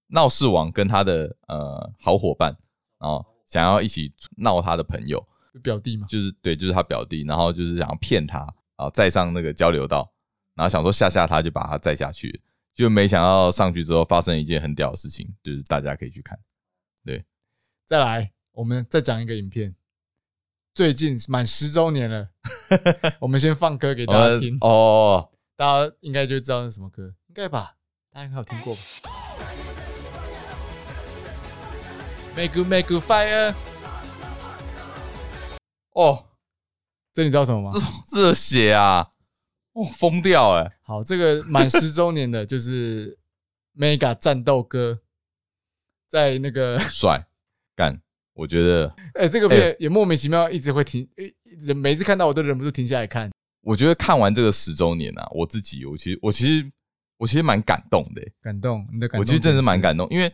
Speaker 1: 闹事王跟他的呃好伙伴，然后想要一起闹他的朋友，
Speaker 2: 表弟嘛，
Speaker 1: 就是对，就是他表弟，然后就是想要骗他啊，载上那个交流道，然后想说吓吓他，就把他载下去，就没想到上去之后发生一件很屌的事情，就是大家可以去看。
Speaker 2: 再来，我们再讲一个影片，最近满十周年 了，我们先放歌给大家听，
Speaker 1: 哦哦，
Speaker 2: 大家应该就知道是什么歌，应该吧？大家应该有听过吧？Make you make you fire，
Speaker 1: 哦，
Speaker 2: 这你知道什么吗
Speaker 1: 这？热血啊，哦，疯掉哎、
Speaker 2: 好，这个满十周年的就是 Mega 战斗歌，在那个
Speaker 1: 帅干，我觉得，
Speaker 2: 哎、这个片也莫名其妙一直会停，一一直每次看到我都忍不住停下来看。
Speaker 1: 我觉得看完这个十周年啊，我自己，我其实，我其实，我其实蛮感动的欸、
Speaker 2: 感动，你的感动，
Speaker 1: 我其实真的是蛮。感动，因为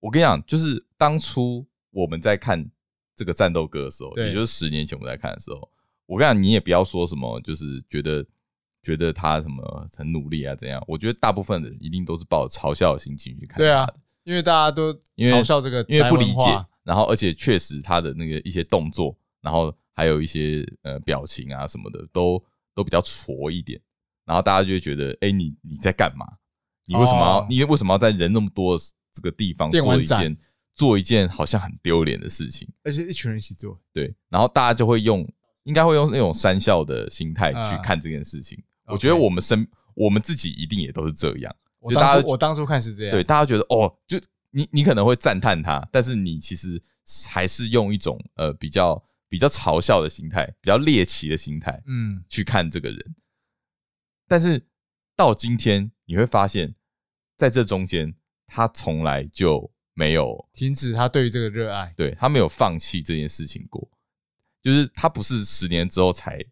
Speaker 1: 我跟你讲，就是当初我们在看这个战斗歌的时候，
Speaker 2: 对
Speaker 1: 也就是十年前我们在看的时候，我跟你讲，你也不要说什么，就是觉得觉得他什么很努力啊怎样，我觉得大部分的人一定都是抱着嘲笑的心情去看，
Speaker 2: 对啊，，因为大家都
Speaker 1: 因为
Speaker 2: 嘲笑这个
Speaker 1: 因为
Speaker 2: 宅
Speaker 1: 不理
Speaker 2: 文化
Speaker 1: 解，然后而且确实他的那个一些动作，然后还有一些呃表情啊什么的，都都比较挫一点，然后大家就会觉得，哎、你你在干嘛？你为什么要、
Speaker 2: 哦
Speaker 1: 你为什么要在人那么多的这个地方
Speaker 2: 电玩
Speaker 1: 做一
Speaker 2: 展
Speaker 1: 件做一件好像很丢脸的事情？
Speaker 2: 而且一群人一起做，
Speaker 1: 对，然后大家就会用，应该会用那种三笑的心态去
Speaker 2: 嗯
Speaker 1: 看这件事情。我
Speaker 2: OK
Speaker 1: 觉得我们身我们自己一定也都是这样。
Speaker 2: 我
Speaker 1: 就大
Speaker 2: 当
Speaker 1: 家
Speaker 2: 初我当初看是这样，
Speaker 1: 对，大家觉得哦，就你你可能会赞叹他，但是你其实还是用一种呃比较比较嘲笑的心态，比较猎奇的心态
Speaker 2: 嗯，
Speaker 1: 去看这个人。但是到今天，你会发现在这中间，他从来就没有
Speaker 2: 停止他对于这个热爱，
Speaker 1: 对他没有放弃这件事情过，就是他不是十年之后才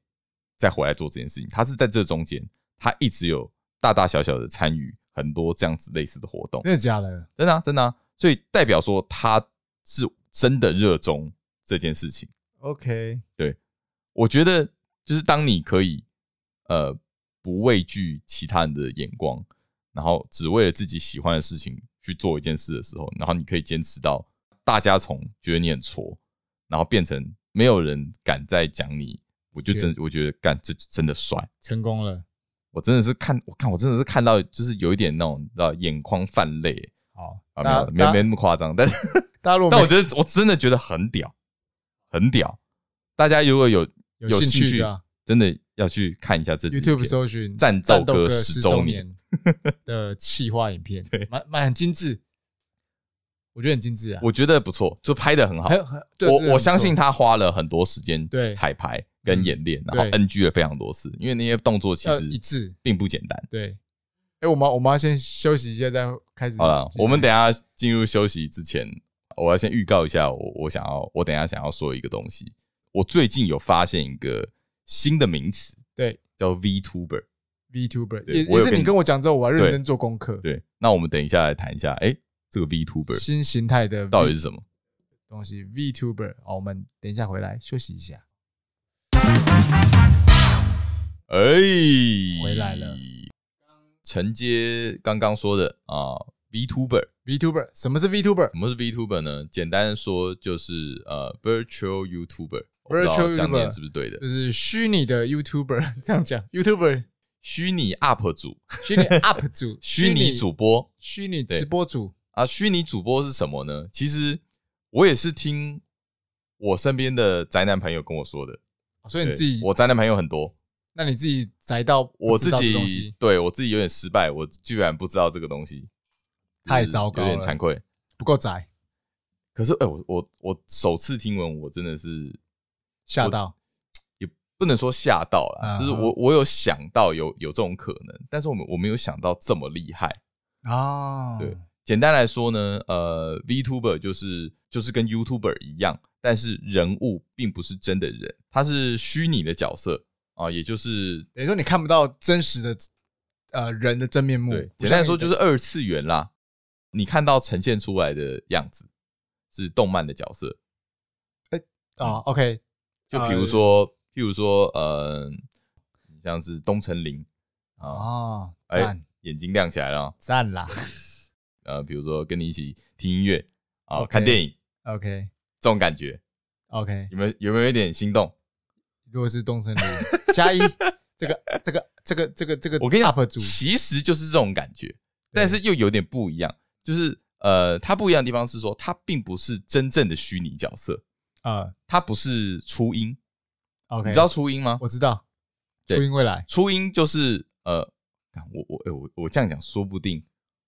Speaker 1: 再回来做这件事情，他是在这中间，他一直有大大小小的参与很多这样子类似的活动。
Speaker 2: 哦真的假的？
Speaker 1: 真的、啊、真的、啊，所以代表说他是真的热衷这件事情。
Speaker 2: OK，
Speaker 1: 我觉得就是当你可以呃不畏惧其他人的眼光，然后只为了自己喜欢的事情去做一件事的时候，然后你可以坚持到大家从觉得你很挫，然后变成没有人敢再讲你，我就真我觉得干这真的帅。
Speaker 2: 成功了。
Speaker 1: 我真的是看，我看我真的是看到，就是有一点那种，你知道，眼眶泛泪
Speaker 2: 好，
Speaker 1: 啊，
Speaker 2: 大
Speaker 1: 没
Speaker 2: 家大
Speaker 1: 有，没有没
Speaker 2: 家
Speaker 1: 那么夸张，但是
Speaker 2: 大家如果
Speaker 1: 但
Speaker 2: 没
Speaker 1: 我觉得我真的觉得很屌，很屌。大家如果有
Speaker 2: 有
Speaker 1: 兴
Speaker 2: 兴趣的啊
Speaker 1: 真的要去看一下这支影片
Speaker 2: YouTube 搜寻
Speaker 1: 战斗
Speaker 2: 战斗
Speaker 1: 歌
Speaker 2: 歌
Speaker 1: 10
Speaker 2: 10
Speaker 1: 周
Speaker 2: 周
Speaker 1: 年
Speaker 2: 的气化影 片，蛮蛮很精致，我觉得很精致啊，
Speaker 1: 我觉得不错，就拍的很好。
Speaker 2: 很很对
Speaker 1: 我我相信，他花了很多时间
Speaker 2: 对
Speaker 1: 彩排跟演练，
Speaker 2: 嗯
Speaker 1: 然后
Speaker 2: 对
Speaker 1: NG 了非常多次，因为那些动作其
Speaker 2: 这个很不错要一
Speaker 1: 实
Speaker 2: 致，
Speaker 1: 并不简单。
Speaker 2: 对。哎，我们我们要先休息一下，再开始。
Speaker 1: 好了，我们等一下进入休息之前，我要先预告一下，我我想要我等一下想要说一个东西。我最近有发现一个新的名词，
Speaker 2: 对
Speaker 1: 叫 VTuber。
Speaker 2: VTuber
Speaker 1: 对
Speaker 2: 也也
Speaker 1: 我有
Speaker 2: 是
Speaker 1: 跟
Speaker 2: 你
Speaker 1: 你
Speaker 2: 跟我讲之后，我还认
Speaker 1: 对
Speaker 2: 真做功课，
Speaker 1: 对，那我们等一下来谈一下，哎、这个 VTuber
Speaker 2: 新形态的
Speaker 1: 到底是什么？
Speaker 2: 东西 VTuber 哦，我们等一下回来休息一下。
Speaker 1: 哎、
Speaker 2: 嗯回来了，
Speaker 1: 承接刚刚说的啊，VTuber。
Speaker 2: Vtuber，什么是 Vtuber？
Speaker 1: 什么是 VTuber 呢？简单说就是呃，Virtual YouTuber，我不知
Speaker 2: Virtual
Speaker 1: 道这样念
Speaker 2: YouTuber
Speaker 1: 是不是对的？
Speaker 2: 就是虚拟的 YouTuber，这 样讲，YouTuber
Speaker 1: 虚拟 UP 主、
Speaker 2: 虚 拟 UP 主、
Speaker 1: 虚拟主播
Speaker 2: 虚拟直播主，
Speaker 1: 啊，虚拟主播是什么呢？其实我也是听我身边的宅男朋友跟我说的。
Speaker 2: 哦所以你自己
Speaker 1: 对，我宅男朋友很多，
Speaker 2: 那你自己宅到不
Speaker 1: 我
Speaker 2: 知
Speaker 1: 自
Speaker 2: 道这东
Speaker 1: 己
Speaker 2: 西
Speaker 1: 对我自己有点失败，我居然不知道这个东西，
Speaker 2: 太糟糕
Speaker 1: 有
Speaker 2: 了
Speaker 1: 点惭愧。
Speaker 2: 不够宅，
Speaker 1: 可是，哎、我我我首次听闻，我真的是
Speaker 2: 吓到
Speaker 1: 也不能说吓到啦，
Speaker 2: 嗯
Speaker 1: 就是我我有想到有有这种可能，但是我们我没有想到这么厉害。
Speaker 2: 啊
Speaker 1: 对简单来说呢，呃，VTuber 就是就是跟 YouTuber 一样，但是人物并不是真的人，他是虚拟的角色啊、也就是
Speaker 2: 等于说你看不到真实的呃人的真面目
Speaker 1: 对，，
Speaker 2: 不
Speaker 1: 简
Speaker 2: 像
Speaker 1: 单
Speaker 2: 你
Speaker 1: 来说就
Speaker 2: 的
Speaker 1: 是二次元啦。你看到呈现出来的样子是动漫的角色，
Speaker 2: 啊，OK，
Speaker 1: 就比
Speaker 2: 呃
Speaker 1: 如说，譬如说，呃，像是东城绫啊，
Speaker 2: 啊，
Speaker 1: 哎
Speaker 2: 赞
Speaker 1: 眼睛亮起来了，
Speaker 2: 赞啦
Speaker 1: 呃，比如说跟你一起听音乐啊，
Speaker 2: OK
Speaker 1: 看电影
Speaker 2: ，OK
Speaker 1: 这种感觉，
Speaker 2: OK，
Speaker 1: 有没有有没有一点心动？
Speaker 2: 如果是东森林 加一，这个这个这个这个这个，
Speaker 1: 我跟你讲
Speaker 2: UP，主
Speaker 1: 其实就是这种感觉，但是又有点不一样，就是呃，它不一样的地方是说，它并不是真正的虚拟角色，
Speaker 2: 啊
Speaker 1: 它不是初音，
Speaker 2: ，OK，
Speaker 1: 你知道初音吗？
Speaker 2: 我知道，
Speaker 1: 对
Speaker 2: 初音未来
Speaker 1: 初音就是呃，干我我哎我我这样讲，说不定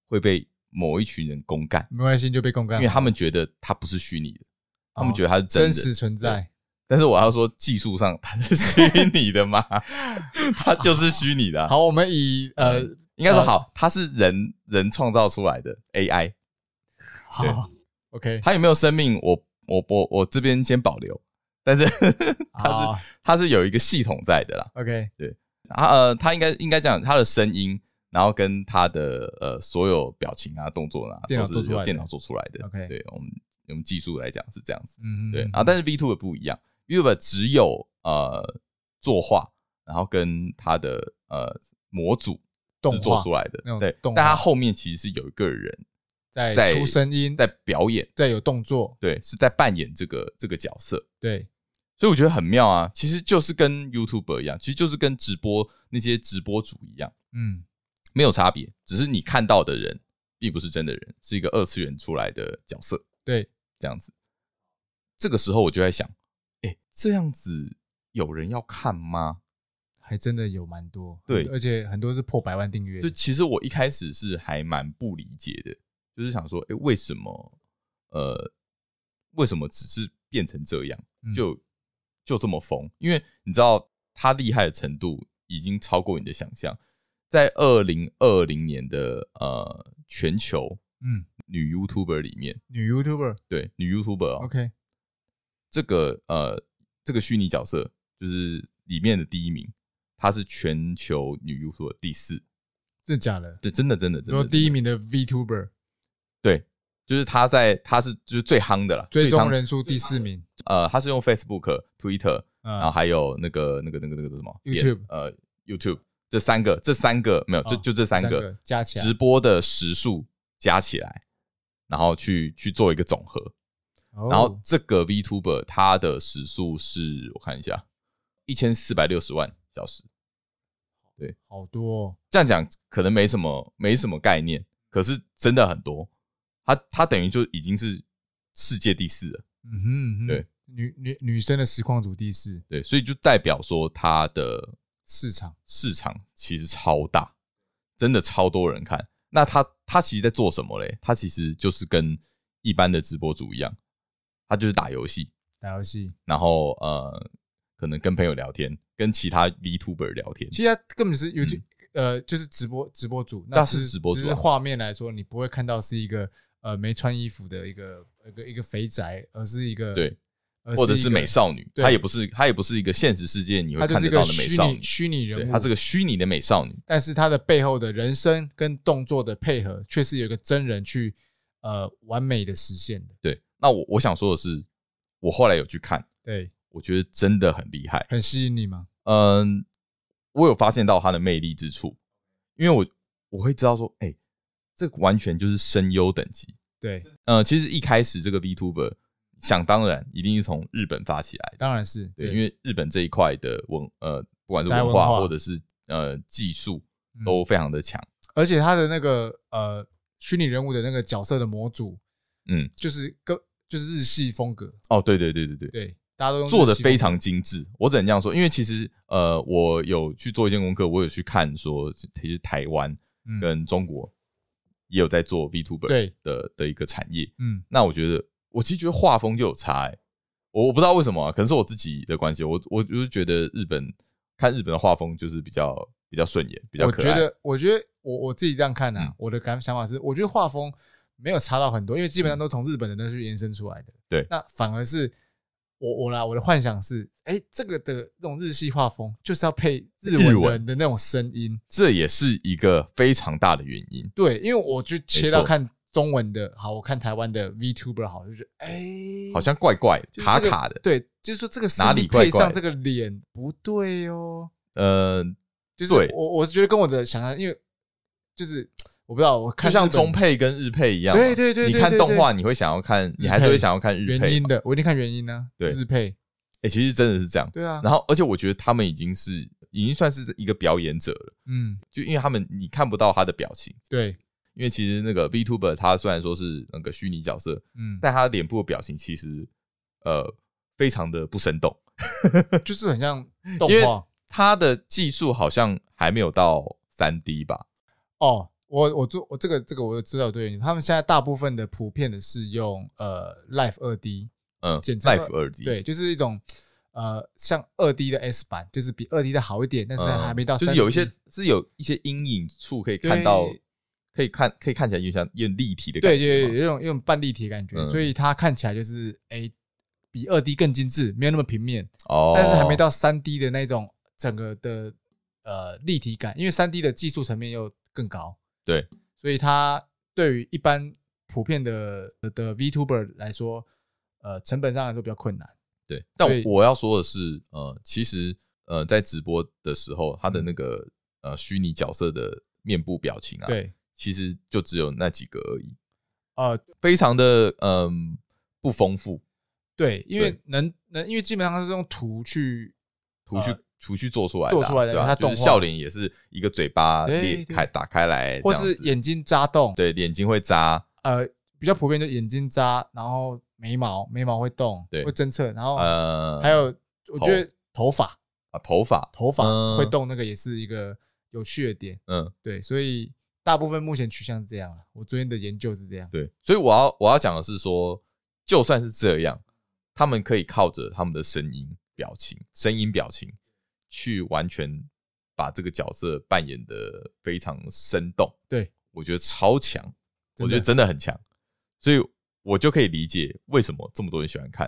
Speaker 1: 会被某一群人公干，
Speaker 2: 没关系就被公干
Speaker 1: 因
Speaker 2: 了，
Speaker 1: 为他们觉得它不是虚拟的，他们
Speaker 2: 哦
Speaker 1: 觉得它是
Speaker 2: 真
Speaker 1: 真人
Speaker 2: 实存在，
Speaker 1: 但是我要说，技术上它是虚拟 的嘛，它就是虚拟的啊、嗯
Speaker 2: 好，我们以呃，
Speaker 1: 应该说好，它是人人创造出来的 AI，对
Speaker 2: 好，OK，
Speaker 1: 它有没有生命，我我我我这边先保留，但是它
Speaker 2: 好
Speaker 1: 是它是有一个系统在的啦。
Speaker 2: ，OK，
Speaker 1: 它呃，它应该应该讲它的声音，然后跟它的呃所有表情啊、动作啊，
Speaker 2: 电脑
Speaker 1: 都
Speaker 2: 做
Speaker 1: 是
Speaker 2: 出来
Speaker 1: 由
Speaker 2: 的
Speaker 1: 电脑做出来的。
Speaker 2: OK
Speaker 1: 对我们我们技术来讲是这样子。
Speaker 2: 嗯，
Speaker 1: 对，
Speaker 2: 嗯
Speaker 1: 然后但是 VTuber 不一样，VTuber 只有呃作画，然后跟它的呃模组
Speaker 2: 动
Speaker 1: 制作
Speaker 2: 画
Speaker 1: 出来的
Speaker 2: 那，种
Speaker 1: 对，
Speaker 2: 动
Speaker 1: 但
Speaker 2: 画
Speaker 1: 它后面其实是有一个人
Speaker 2: 在
Speaker 1: 在
Speaker 2: 出声音，
Speaker 1: 在表演，
Speaker 2: 在有动作，
Speaker 1: 对，是在扮演这个这个角色，
Speaker 2: 对，
Speaker 1: 所以我觉得很妙啊，其实就是跟 YouTuber 一样，其实就是跟直播那些直播主一样，
Speaker 2: 嗯，
Speaker 1: 没有差别，只是你看到的人并不是真的人，是一个二次元出来的角色，
Speaker 2: 对，
Speaker 1: 这样子。这个时候我就在想，哎、这样子有人要看吗？
Speaker 2: 还真的有蛮多，
Speaker 1: 对
Speaker 2: 而且很多是破百万订阅的
Speaker 1: 就，其实我一开始是还蛮不理解的，就是想说，哎、为什么？呃，为什么只是变成这样，
Speaker 2: 嗯
Speaker 1: 就就这么疯？因为你知道他厉害的程度已经超过你的想象。在二零二零年的呃全球
Speaker 2: 嗯，
Speaker 1: 女 YouTuber 里面，
Speaker 2: 女 YouTuber，OK，、
Speaker 1: 对女 YouTuber 哦这个呃这个虚拟角色就是里面的第一名，她是全球女 YouTuber 第四，
Speaker 2: 真的假的？
Speaker 1: 对，真的真的真的
Speaker 2: 说第一
Speaker 1: 真的
Speaker 2: 名的 VTuber
Speaker 1: 对，就是她在她是就是最夯的啦，
Speaker 2: 最
Speaker 1: 夯
Speaker 2: 终人数第四名，
Speaker 1: 呃，她是用 Facebook、Twitter，然后
Speaker 2: 啊，
Speaker 1: 还有那个那个那个那个什么
Speaker 2: YouTube
Speaker 1: 脸呃 YouTube 这三个这三个没有就
Speaker 2: 哦
Speaker 1: 就这三
Speaker 2: 三
Speaker 1: 个
Speaker 2: 加起来
Speaker 1: 直播的时数加起来，然后去去做一个总和，
Speaker 2: 哦
Speaker 1: 然后这个 VTuber 它的时速是我看一下，一千四百六十万小时。
Speaker 2: 好多、哦，
Speaker 1: 这样讲可能没什么没什么概念，可是真的很多。它它等于就已经是世界第四了，
Speaker 2: 嗯哼嗯哼，
Speaker 1: 对，
Speaker 2: 女女女生的实况组第四，
Speaker 1: 对，所以就代表说它的
Speaker 2: 市场
Speaker 1: 市场其实超大，真的超多人看。那它它其实在做什么嘞？它其实就是跟一般的直播主一样，它就是打游戏，
Speaker 2: 打游戏，
Speaker 1: 然后呃，可能跟朋友聊天，跟其他 VTuber 聊天。
Speaker 2: 其实它根本是 YouTube、呃，就是直播直播主，那
Speaker 1: 那
Speaker 2: 只
Speaker 1: 嗯是直播主啊
Speaker 2: 只是画面来说，你不会看到是一个呃没穿衣服的一个一个一个肥宅，而是一个
Speaker 1: 对，
Speaker 2: 呃而一个
Speaker 1: 或者是美，少女，
Speaker 2: 对
Speaker 1: 她也不是她也不是一个现实世界你
Speaker 2: 她
Speaker 1: 会
Speaker 2: 就
Speaker 1: 看
Speaker 2: 是一
Speaker 1: 得
Speaker 2: 个
Speaker 1: 到的美
Speaker 2: 虚
Speaker 1: 少女
Speaker 2: 拟，虚拟
Speaker 1: 对，
Speaker 2: 人物，
Speaker 1: 她是个虚拟的美少女，
Speaker 2: 但是他的背后的人生跟动作的配合，却是有一个真人去呃完美的实现的，
Speaker 1: 对。那我我想说的是，我后来有去看，
Speaker 2: 对，
Speaker 1: 我觉得真的很厉害，
Speaker 2: 很吸引你吗？
Speaker 1: 嗯，我有发现到他的魅力之处，因为我我会知道说，哎、这完全就是声优等级。
Speaker 2: 对，
Speaker 1: 呃，其实一开始这个 VTuber 想当然一定是从日本发起来的，
Speaker 2: 当然是
Speaker 1: 对，因为日本这一块的文呃，不管是
Speaker 2: 宅
Speaker 1: 文
Speaker 2: 文
Speaker 1: 化
Speaker 2: 化
Speaker 1: 或者是呃技术
Speaker 2: 嗯
Speaker 1: 都非常的强。
Speaker 2: 而且他的那个呃虚拟人物的那个角色的模组，
Speaker 1: 嗯，
Speaker 2: 就是跟就是日系风格，
Speaker 1: 哦，对对对对对，
Speaker 2: 对，大家都用
Speaker 1: 做
Speaker 2: 日
Speaker 1: 的
Speaker 2: 系风
Speaker 1: 非
Speaker 2: 格
Speaker 1: 常精致。我只能这样说，因为其实呃，我有去做一件功课，我有去看说，其实台湾
Speaker 2: 嗯
Speaker 1: 跟中国也有在做 VTuber
Speaker 2: 对
Speaker 1: E 的的一个产业。
Speaker 2: 嗯
Speaker 1: 那我觉得，我其实觉得画风就有差、欸，我我不知道为什么啊、可能是我自己的关系，我我就是觉得日本看日本的画风就是比较比较顺眼，比较
Speaker 2: 我
Speaker 1: 可
Speaker 2: 觉
Speaker 1: 爱。
Speaker 2: 得，我觉得我我自己这样看啊，
Speaker 1: 嗯
Speaker 2: 我的感想法是，我觉得画风没有差到很多，因为基本上都从日本的那去延伸出来的。
Speaker 1: 嗯对
Speaker 2: 那反而是我我啦，我的幻想是，哎、这个的这种日系画风就是要配日
Speaker 1: 日
Speaker 2: 文的
Speaker 1: 文
Speaker 2: 的那种声音，
Speaker 1: 这也是一个非常大的原因。
Speaker 2: 对，因为我就切
Speaker 1: 没
Speaker 2: 到
Speaker 1: 错
Speaker 2: 看中文的，好，我看台湾的 VTuber 好，就觉得哎、
Speaker 1: 好像怪怪的、
Speaker 2: 就是
Speaker 1: 卡
Speaker 2: 这个
Speaker 1: 卡的，
Speaker 2: 对，就是说这个声
Speaker 1: 哪
Speaker 2: 音
Speaker 1: 里怪
Speaker 2: 配
Speaker 1: 怪
Speaker 2: 上
Speaker 1: 的
Speaker 2: 这个脸不对哦。
Speaker 1: 呃，
Speaker 2: 就是
Speaker 1: 对
Speaker 2: 我我是觉得跟我的想象，因为就是我不知道，我看
Speaker 1: 就像
Speaker 2: 日本
Speaker 1: 中配跟日配一样嘛，
Speaker 2: 对对对对
Speaker 1: 你看
Speaker 2: 对
Speaker 1: 动
Speaker 2: 对
Speaker 1: 画，你会想要看，你还是
Speaker 2: 日配
Speaker 1: 会想要看日
Speaker 2: 原
Speaker 1: 配
Speaker 2: 因
Speaker 1: 嘛。
Speaker 2: 的，我一定看原因呢、
Speaker 1: 对
Speaker 2: 日配，
Speaker 1: 哎，其实真的是这样。
Speaker 2: 对啊，
Speaker 1: 然后，而且我觉得他们已经是已经算是一个表演者了，
Speaker 2: 嗯，
Speaker 1: 就因为他们你看不到他的表情，
Speaker 2: 对，
Speaker 1: 因为其实那个 VTuber 他虽然说是那个虚拟角色，
Speaker 2: 嗯，
Speaker 1: 但他脸部的表情其实呃非常的不生动，
Speaker 2: 就是很 像动
Speaker 1: 因为
Speaker 2: 画
Speaker 1: 他的技术好像还没有到三 D 吧？
Speaker 2: 哦。我我做我这个这个我有知道对原因，他们现在大部分的普遍的是用呃 Life 二 D，
Speaker 1: 嗯
Speaker 2: 简称
Speaker 1: ，Life 二 D
Speaker 2: 对，就是一种呃像二 D 的 S 版，就是比二 D 的好一点，但是
Speaker 1: 嗯
Speaker 2: 还没到 3D、
Speaker 1: 就是有一些是有一些阴影处可以看到
Speaker 2: 对，
Speaker 1: 可以看可以看起来有点像有点立体的感
Speaker 2: 对
Speaker 1: 觉
Speaker 2: 对
Speaker 1: 嘛。
Speaker 2: 有一种有一种半立体的感觉，
Speaker 1: 嗯
Speaker 2: 所以它看起来就是哎、比二 D 更精致，没有那么平面。
Speaker 1: 哦，
Speaker 2: 但是还没到三 D 的那种整个的呃立体感，因为三 D 的技术层面又更高，
Speaker 1: 对，
Speaker 2: 所以它对于一般普遍的呃的 VTuber 来说，呃，成本上来说比较困难。
Speaker 1: 对。但
Speaker 2: 对
Speaker 1: 我要说的是，呃，其实呃，在直播的时候，他的
Speaker 2: 嗯
Speaker 1: 那个呃虚拟角色的面部表情啊，，
Speaker 2: 对，
Speaker 1: 其实就只有那几个而已，
Speaker 2: 呃，
Speaker 1: 非常的嗯、不丰富，
Speaker 2: 对，因
Speaker 1: 对
Speaker 2: 为能能，因为基本上它是用图去
Speaker 1: 除去。除去做出来的啊、
Speaker 2: 呃做出来的
Speaker 1: 对吧、
Speaker 2: 它
Speaker 1: 就是
Speaker 2: 动画
Speaker 1: 笑脸也是一个嘴巴
Speaker 2: 对
Speaker 1: 裂
Speaker 2: 对
Speaker 1: 开打开来，
Speaker 2: 或
Speaker 1: 这样
Speaker 2: 是
Speaker 1: 子
Speaker 2: 眼睛扎洞，
Speaker 1: 对眼睛会眨，
Speaker 2: 呃，比较普遍就眼睛扎，然后眉毛眉毛会动，
Speaker 1: 对
Speaker 2: 会侦测，然后
Speaker 1: 呃，
Speaker 2: 哦还有我觉得头发
Speaker 1: 啊头发，
Speaker 2: 头
Speaker 1: 嗯
Speaker 2: 发会动，那个也是一个有趣的点。
Speaker 1: 嗯，
Speaker 2: 对，所以大部分目前趋向是这样了。我昨天的研究是这样，
Speaker 1: 对，所以我要我要讲的是说，就算是这样，他们可以靠着他们的声音、表情、声音表情，去完全把这个角色扮演的非常生动。
Speaker 2: 对，
Speaker 1: 我觉得超强，
Speaker 2: 真
Speaker 1: 我
Speaker 2: 的
Speaker 1: 觉得真的很强，所以我就可以理解为什么这么多人喜欢看，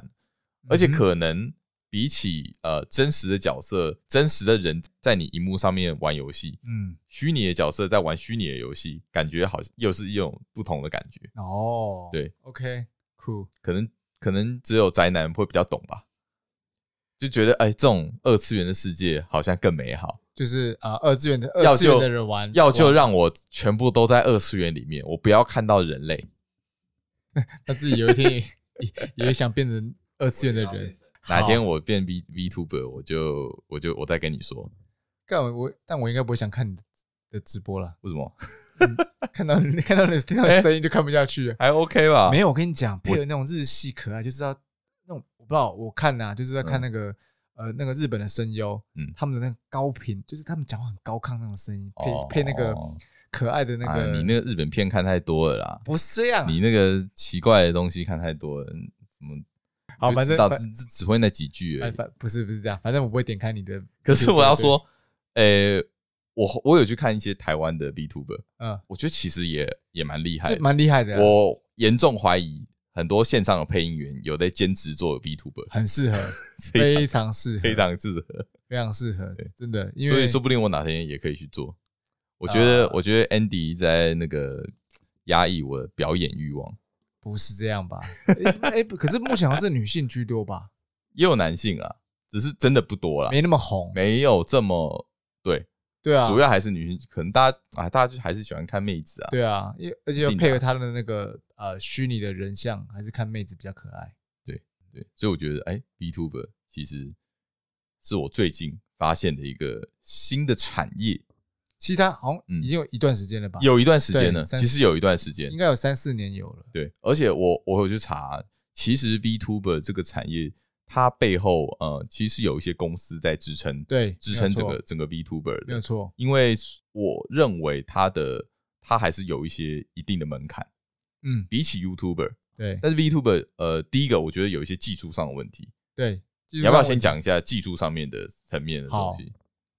Speaker 1: 而且
Speaker 2: 嗯哼
Speaker 1: 可能。比起呃真实的角色、真实的人在你荧幕上面玩游戏，
Speaker 2: 嗯，
Speaker 1: 虚拟的角色在玩虚拟的游戏，感觉好像又是一种不同的感觉。
Speaker 2: 哦，
Speaker 1: 对
Speaker 2: ，OK，cool，
Speaker 1: 可能可能只有宅男会比较懂吧，就觉得哎，这种二次元的世界好像更美好。
Speaker 2: 就是啊，二次元的
Speaker 1: 要
Speaker 2: 二次
Speaker 1: 就
Speaker 2: 元的人玩，
Speaker 1: 要就
Speaker 2: 玩
Speaker 1: 让我全部都在二次元里面，我不要看到人类，
Speaker 2: 他自己有一天 也也也想变成二次元的人。
Speaker 1: 哪天
Speaker 2: 好
Speaker 1: 我变 V VTuber，我就我就我再跟你说
Speaker 2: 干我我，但我应该不会想看你的的直播了，
Speaker 1: 为什么，
Speaker 2: 看到你看到你听到
Speaker 1: 哎
Speaker 2: 声音就看不下去了。
Speaker 1: 还 OK 吧？
Speaker 2: 没有，我跟你讲，配合那种日系可爱，就是要那种我不知道，我看呐、就是在看那个、呃那个日本的声优，
Speaker 1: 嗯
Speaker 2: 他们的那个高频，就是他们讲话很高亢那种声音，配、配那个
Speaker 1: 哦
Speaker 2: 可爱的那
Speaker 1: 哎
Speaker 2: 个，啊
Speaker 1: 你那个日本片看太多了啦，
Speaker 2: 不是这样，
Speaker 1: 你那个奇怪的东西看太多了，什么
Speaker 2: 好，
Speaker 1: 就
Speaker 2: 反
Speaker 1: 知
Speaker 2: 正
Speaker 1: 道
Speaker 2: 反
Speaker 1: 只只只会那几句而
Speaker 2: 哎
Speaker 1: 已。
Speaker 2: 反不是不是这样，反正我不会点开你的，
Speaker 1: 可是我要说，呃，我我有去看一些台湾的 VTuber，
Speaker 2: 嗯，
Speaker 1: 我觉得其实也也蛮厉害
Speaker 2: 是
Speaker 1: 的。
Speaker 2: 蛮厉害的啊、
Speaker 1: 我严重怀疑很多线上的配音员有在兼职做 VTuber，
Speaker 2: 很适合，
Speaker 1: 非常
Speaker 2: 非常适合，
Speaker 1: 非常适合，
Speaker 2: 非常适合
Speaker 1: 对，
Speaker 2: 真的，因
Speaker 1: 所以
Speaker 2: 为
Speaker 1: 说不定我哪天也可以去做。我觉得，
Speaker 2: 啊
Speaker 1: 我觉得 Andy 一直在那个压抑我的表演欲望，
Speaker 2: 不是这样吧？哎、哎不可是目前好像是女性居多吧，
Speaker 1: 也有男性啊，只是真的不多啦，
Speaker 2: 没那么红，
Speaker 1: 没有这么对，
Speaker 2: 对啊，
Speaker 1: 主要还是女性，可能大家啊，大家就还是喜欢看妹子啊。
Speaker 2: 对啊，因为而且要
Speaker 1: 定的
Speaker 2: 配合他的那个呃虚拟的人像，还是看妹子比较可爱。
Speaker 1: 对，所以我觉得，哎，B Tuber 其实是我最近发现的一个新的产业，
Speaker 2: 其实他好像
Speaker 1: 嗯
Speaker 2: 已经有一段时间了吧，
Speaker 1: 有一段时间了，
Speaker 2: 啊对三
Speaker 1: 其实有一段时间
Speaker 2: 应，该有三四年有了。
Speaker 1: 对，而且我我有去查，其实 V Tuber 这个产业，它背后呃，其实有一些公司在支撑，
Speaker 2: 对，
Speaker 1: 支撑整
Speaker 2: 没有
Speaker 1: 个
Speaker 2: 错
Speaker 1: 整个 V Tuber
Speaker 2: 没有
Speaker 1: 的，
Speaker 2: 错。
Speaker 1: 因为我认为它的它还是有一些一定的门槛，
Speaker 2: 嗯，
Speaker 1: 比起 YouTuber，
Speaker 2: 对
Speaker 1: 但是 V Tuber 呃，第一个我觉得有一些技术上的问题，
Speaker 2: 对。
Speaker 1: 你
Speaker 2: 你
Speaker 1: 要不要先？讲一下技术上面的层面的东
Speaker 2: 好
Speaker 1: 西？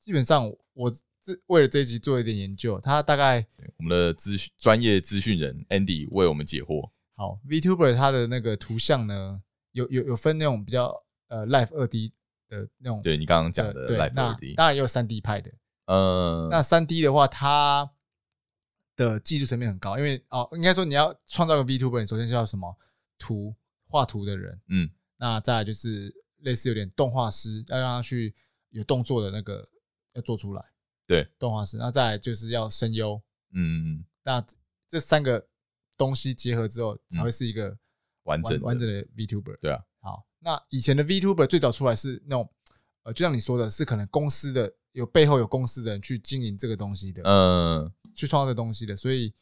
Speaker 2: 基本上我这为了这一集做一点研究，他大概
Speaker 1: 我们的资讯专业资讯人 Andy 为我们解惑，
Speaker 2: 好 VTuber 它的那个图像呢，有有有分那种比较呃 Live 二 D 的那种
Speaker 1: 对你刚刚讲
Speaker 2: 呃
Speaker 1: 的
Speaker 2: 对
Speaker 1: Live
Speaker 2: 那
Speaker 1: 2D，
Speaker 2: 当然也有三 D 派的。
Speaker 1: 嗯，
Speaker 2: 那三 D 的话，它的技术层面很高，因为哦，应该说你要创造个 VTuber，你首先需要什么图画图的人，
Speaker 1: 嗯，
Speaker 2: 那再来就是类似有点动画师，要让他去有动作的那个要做出来，
Speaker 1: 对，
Speaker 2: 动画师，那再来就是要声优，
Speaker 1: 嗯，
Speaker 2: 那这这三个东西结合之后，才会是一个
Speaker 1: 完整
Speaker 2: 完
Speaker 1: 的
Speaker 2: 完整的 VTuber。
Speaker 1: 对啊，
Speaker 2: 好，那以前的 VTuber 最早出来是那种，呃，就像你说的，是可能公司的有背后有公司的人去经营这个东西的，
Speaker 1: 嗯
Speaker 2: 去创造这东西的，所以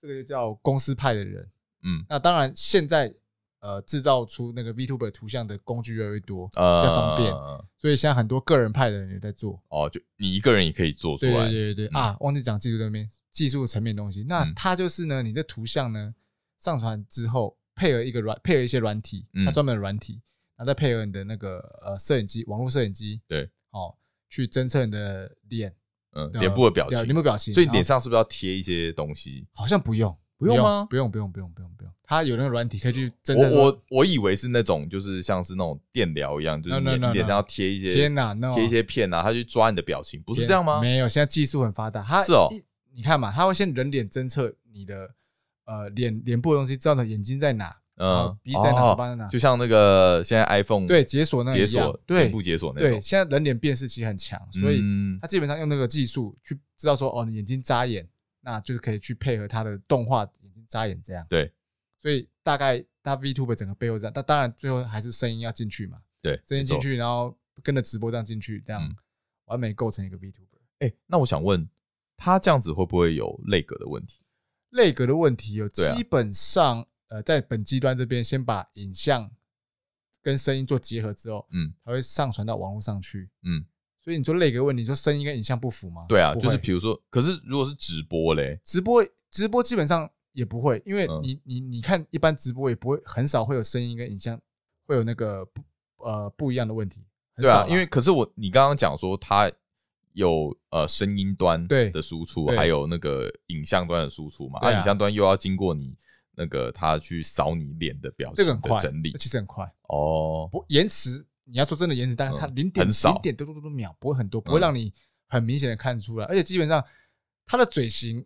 Speaker 2: 这个就叫公司派的人。
Speaker 1: 嗯
Speaker 2: 那当然，现在呃制造出那个 VTuber 图像的工具越来越多，
Speaker 1: 呃，
Speaker 2: 比较方便所以现在很多个人派的人也在做。
Speaker 1: 哦，就你一个人也可以做出
Speaker 2: 对
Speaker 1: 来
Speaker 2: 对，对对对、
Speaker 1: 嗯
Speaker 2: 啊，忘记讲技术这边技术层面的东西。那
Speaker 1: 嗯
Speaker 2: 它就是呢，你的图像呢上传之后，配合一个软配合一些软体，
Speaker 1: 嗯
Speaker 2: 它专门的软体，然后再配合你的那个呃摄影机，网络摄影机，
Speaker 1: 对，
Speaker 2: 哦，去侦测你的脸
Speaker 1: 嗯，脸部的表情
Speaker 2: 对脸，部表情。
Speaker 1: 所以你脸
Speaker 2: 然后
Speaker 1: 上是不是要贴一些东西？
Speaker 2: 好像不用，
Speaker 1: 不用吗
Speaker 2: 不用不用不用不用不用，它有那个软体可以去侦测
Speaker 1: 我
Speaker 2: 说。
Speaker 1: 我我以为是那种就是像是那种电疗一样，就
Speaker 2: No,
Speaker 1: 是你
Speaker 2: no,
Speaker 1: 脸
Speaker 2: no,
Speaker 1: 脸上
Speaker 2: no.
Speaker 1: 要贴一些
Speaker 2: 天哪，no
Speaker 1: 贴一些片啊，他去抓你的表情，不是这样吗？
Speaker 2: 没有，现在技术很发达，它
Speaker 1: 是哦
Speaker 2: 一你看嘛，它会先人脸侦测你的呃脸脸部的东西，知道你的眼睛在哪，
Speaker 1: 嗯
Speaker 2: 好，鼻子在哪
Speaker 1: 哦
Speaker 2: 嘴巴在哪
Speaker 1: 就像那个现在 iPhone
Speaker 2: 对，解锁那个
Speaker 1: 嗯解
Speaker 2: 一样
Speaker 1: 锁脸
Speaker 2: 对
Speaker 1: 部解锁那
Speaker 2: 对，
Speaker 1: 种，
Speaker 2: 现在人脸辨识其实很强，所以
Speaker 1: 嗯
Speaker 2: 它基本上用那个技术去知道说哦，你眼睛眨眼，那就是可以去配合它的动画眼睛眨眼这样。
Speaker 1: 对，
Speaker 2: 所以大概它 VTube 整个背后这样，但当然最后还是声音要进去嘛，
Speaker 1: 对，
Speaker 2: 声音
Speaker 1: 没错
Speaker 2: 进。去，然后跟着直播这样进去，这样
Speaker 1: 嗯
Speaker 2: 完美构成一个 VTuber。
Speaker 1: 哎，那我想问，他这样子会不会有内格的问题？
Speaker 2: 内格的问题哦，
Speaker 1: 对啊
Speaker 2: 基本上呃，在本机端这边先把影像跟声音做结合之后，
Speaker 1: 嗯，
Speaker 2: 它会上传到网络上去，
Speaker 1: 嗯。
Speaker 2: 所以你说内格问题，你说声音跟影像不符吗？
Speaker 1: 对啊，
Speaker 2: 不
Speaker 1: 就是
Speaker 2: 会
Speaker 1: 比如说，可是如果是直播嘞，
Speaker 2: 直播，直播基本上也不会，因为
Speaker 1: 嗯
Speaker 2: 你、你你看，一般直播也不会很少会有声音跟影像会有那个不呃不一样的问题，很
Speaker 1: 对
Speaker 2: 少
Speaker 1: 啊
Speaker 2: 啦，
Speaker 1: 因为可是我你刚刚讲说它有呃声音端
Speaker 2: 对
Speaker 1: 的输出，
Speaker 2: 对
Speaker 1: 还有那个影像端的输出嘛，
Speaker 2: 对啊
Speaker 1: 影像端又要经过你那个他去扫你脸的表
Speaker 2: 这
Speaker 1: 情
Speaker 2: 个很
Speaker 1: 的
Speaker 2: 快，
Speaker 1: 整理
Speaker 2: 其实很快，
Speaker 1: 哦，
Speaker 2: 不延迟。你要说真的延迟，大概差
Speaker 1: 嗯
Speaker 2: 零点
Speaker 1: 很少
Speaker 2: 零点多多多多秒，不会很多，不会
Speaker 1: 嗯
Speaker 2: 让你很明显的看出来，而且基本上他的嘴型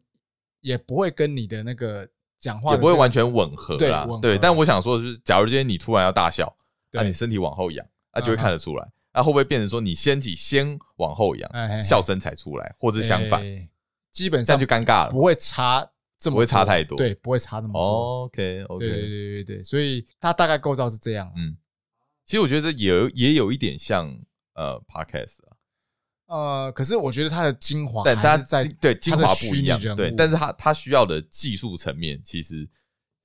Speaker 2: 也不会跟你的那个讲话
Speaker 1: 也
Speaker 2: 的
Speaker 1: 不会
Speaker 2: 那个
Speaker 1: 完全吻合
Speaker 2: 对
Speaker 1: 啦
Speaker 2: 吻合，
Speaker 1: 对。但我想说的是，假如今天你突然要大笑，那、
Speaker 2: 对
Speaker 1: 你身体往后仰，那、就会
Speaker 2: 嗯哼
Speaker 1: 看得出来。那、会不会变成说你身体先往后仰，
Speaker 2: 哎哎哎
Speaker 1: 笑声才出来，或者是相反，
Speaker 2: 哎基本
Speaker 1: 这
Speaker 2: 上
Speaker 1: 样就尴尬
Speaker 2: 不
Speaker 1: 了。
Speaker 2: 会差这么多
Speaker 1: 不会差太多
Speaker 2: 对，不会差那么多。
Speaker 1: OK
Speaker 2: 对
Speaker 1: OK，
Speaker 2: 对对对对，所以它大概构造是这样。
Speaker 1: 嗯，其实我觉得这也有也有一点像呃 podcast 啊，
Speaker 2: 呃，可是我觉得它的精华
Speaker 1: 但
Speaker 2: 哦还
Speaker 1: 它
Speaker 2: 是在
Speaker 1: 对精华不一样
Speaker 2: 它的虚拟人，物
Speaker 1: 对，但是它它需要的技术层面其实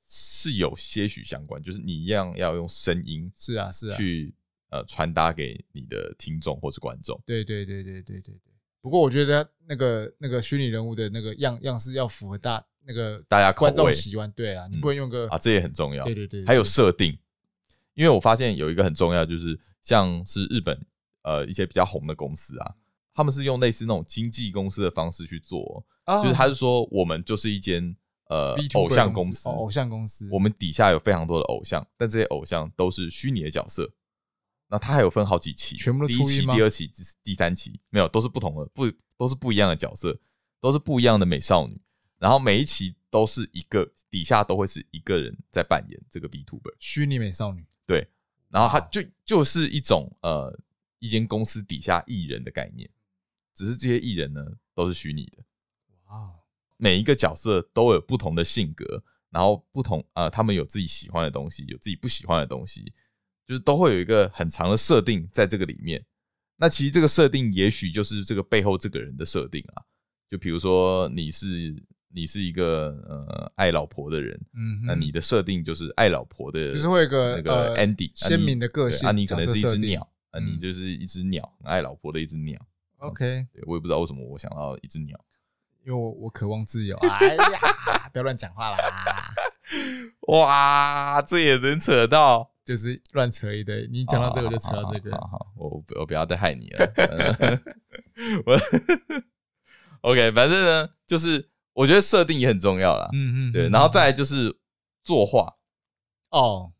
Speaker 1: 是有些许相关，就是你一样要用声音
Speaker 2: 是啊是啊，
Speaker 1: 去呃传达给你的听众或是观众，
Speaker 2: 对对对对对对对。不过我觉得那个那个虚拟人物的那个样样式要符合大那个
Speaker 1: 大家口
Speaker 2: 观众
Speaker 1: 味
Speaker 2: 喜欢，对啊，你
Speaker 1: 嗯
Speaker 2: 不能用个
Speaker 1: 啊，这也很重要。
Speaker 2: 对对对，
Speaker 1: 还有
Speaker 2: 对
Speaker 1: 设定，因为我发现有一个很重要，就是像是日本呃一些比较红的公司啊，他们是用类似那种经纪公司的方式去做哦、
Speaker 2: 啊
Speaker 1: 就是他是说我们就是一间呃
Speaker 2: VTuber
Speaker 1: 偶像
Speaker 2: 公
Speaker 1: 公
Speaker 2: 司
Speaker 1: 司，
Speaker 2: 哦偶像公司
Speaker 1: 我们底下有非常多的偶像，但这些偶像都是虚拟的角色。那它还有分好几期，
Speaker 2: 全部都
Speaker 1: 第一
Speaker 2: 初一
Speaker 1: 期、
Speaker 2: 吗
Speaker 1: 第二期、第第三期，没有，都是不同的，不都是不一样的角色，都是不一样的美少女。然后每一期都是一个底下都会是一个人在扮演这个 B Tuber，
Speaker 2: 虚拟美少女，
Speaker 1: 然后它
Speaker 2: 哇
Speaker 1: 就就是一种呃一间公司底下艺人的概念。只是这些艺人呢都是虚拟的，
Speaker 2: 哇，哦
Speaker 1: 每一个角色都有不同的性格，然后不同呃，他们有自己喜欢的东西，有自己不喜欢的东西，就是都会有一个很长的设定在这个里面。那其实这个设定也许就是这个背后这个人的设定啊，就比如说你是你是一个呃爱老婆的人，
Speaker 2: 嗯哼，
Speaker 1: 那你的设定就是爱老婆的，
Speaker 2: 就是会有一个
Speaker 1: 那个
Speaker 2: 呃
Speaker 1: Andy 啊
Speaker 2: 鲜
Speaker 1: 你
Speaker 2: 明的个
Speaker 1: 对
Speaker 2: 性
Speaker 1: 啊，你可能
Speaker 2: 角色
Speaker 1: 是一
Speaker 2: 设
Speaker 1: 只
Speaker 2: 定
Speaker 1: 鸟，啊，你
Speaker 2: 嗯
Speaker 1: 就是一只鸟，很爱老婆的一只鸟。
Speaker 2: OK？
Speaker 1: 对我也不知道为什么我想到一只鸟，
Speaker 2: 因为我我渴望 自由。哎呀，不要乱讲话啦，
Speaker 1: 哇，这也能扯到？
Speaker 2: 就是乱扯一堆。你讲到这个我就扯到这
Speaker 1: 好好
Speaker 2: 个，
Speaker 1: 好好我不我不要再害你了。嗯我 OK，反正呢，就是我觉得设定也很重要啦。
Speaker 2: 嗯嗯，
Speaker 1: 哦对，
Speaker 2: 嗯
Speaker 1: 然后再来就是作画，
Speaker 2: 哦，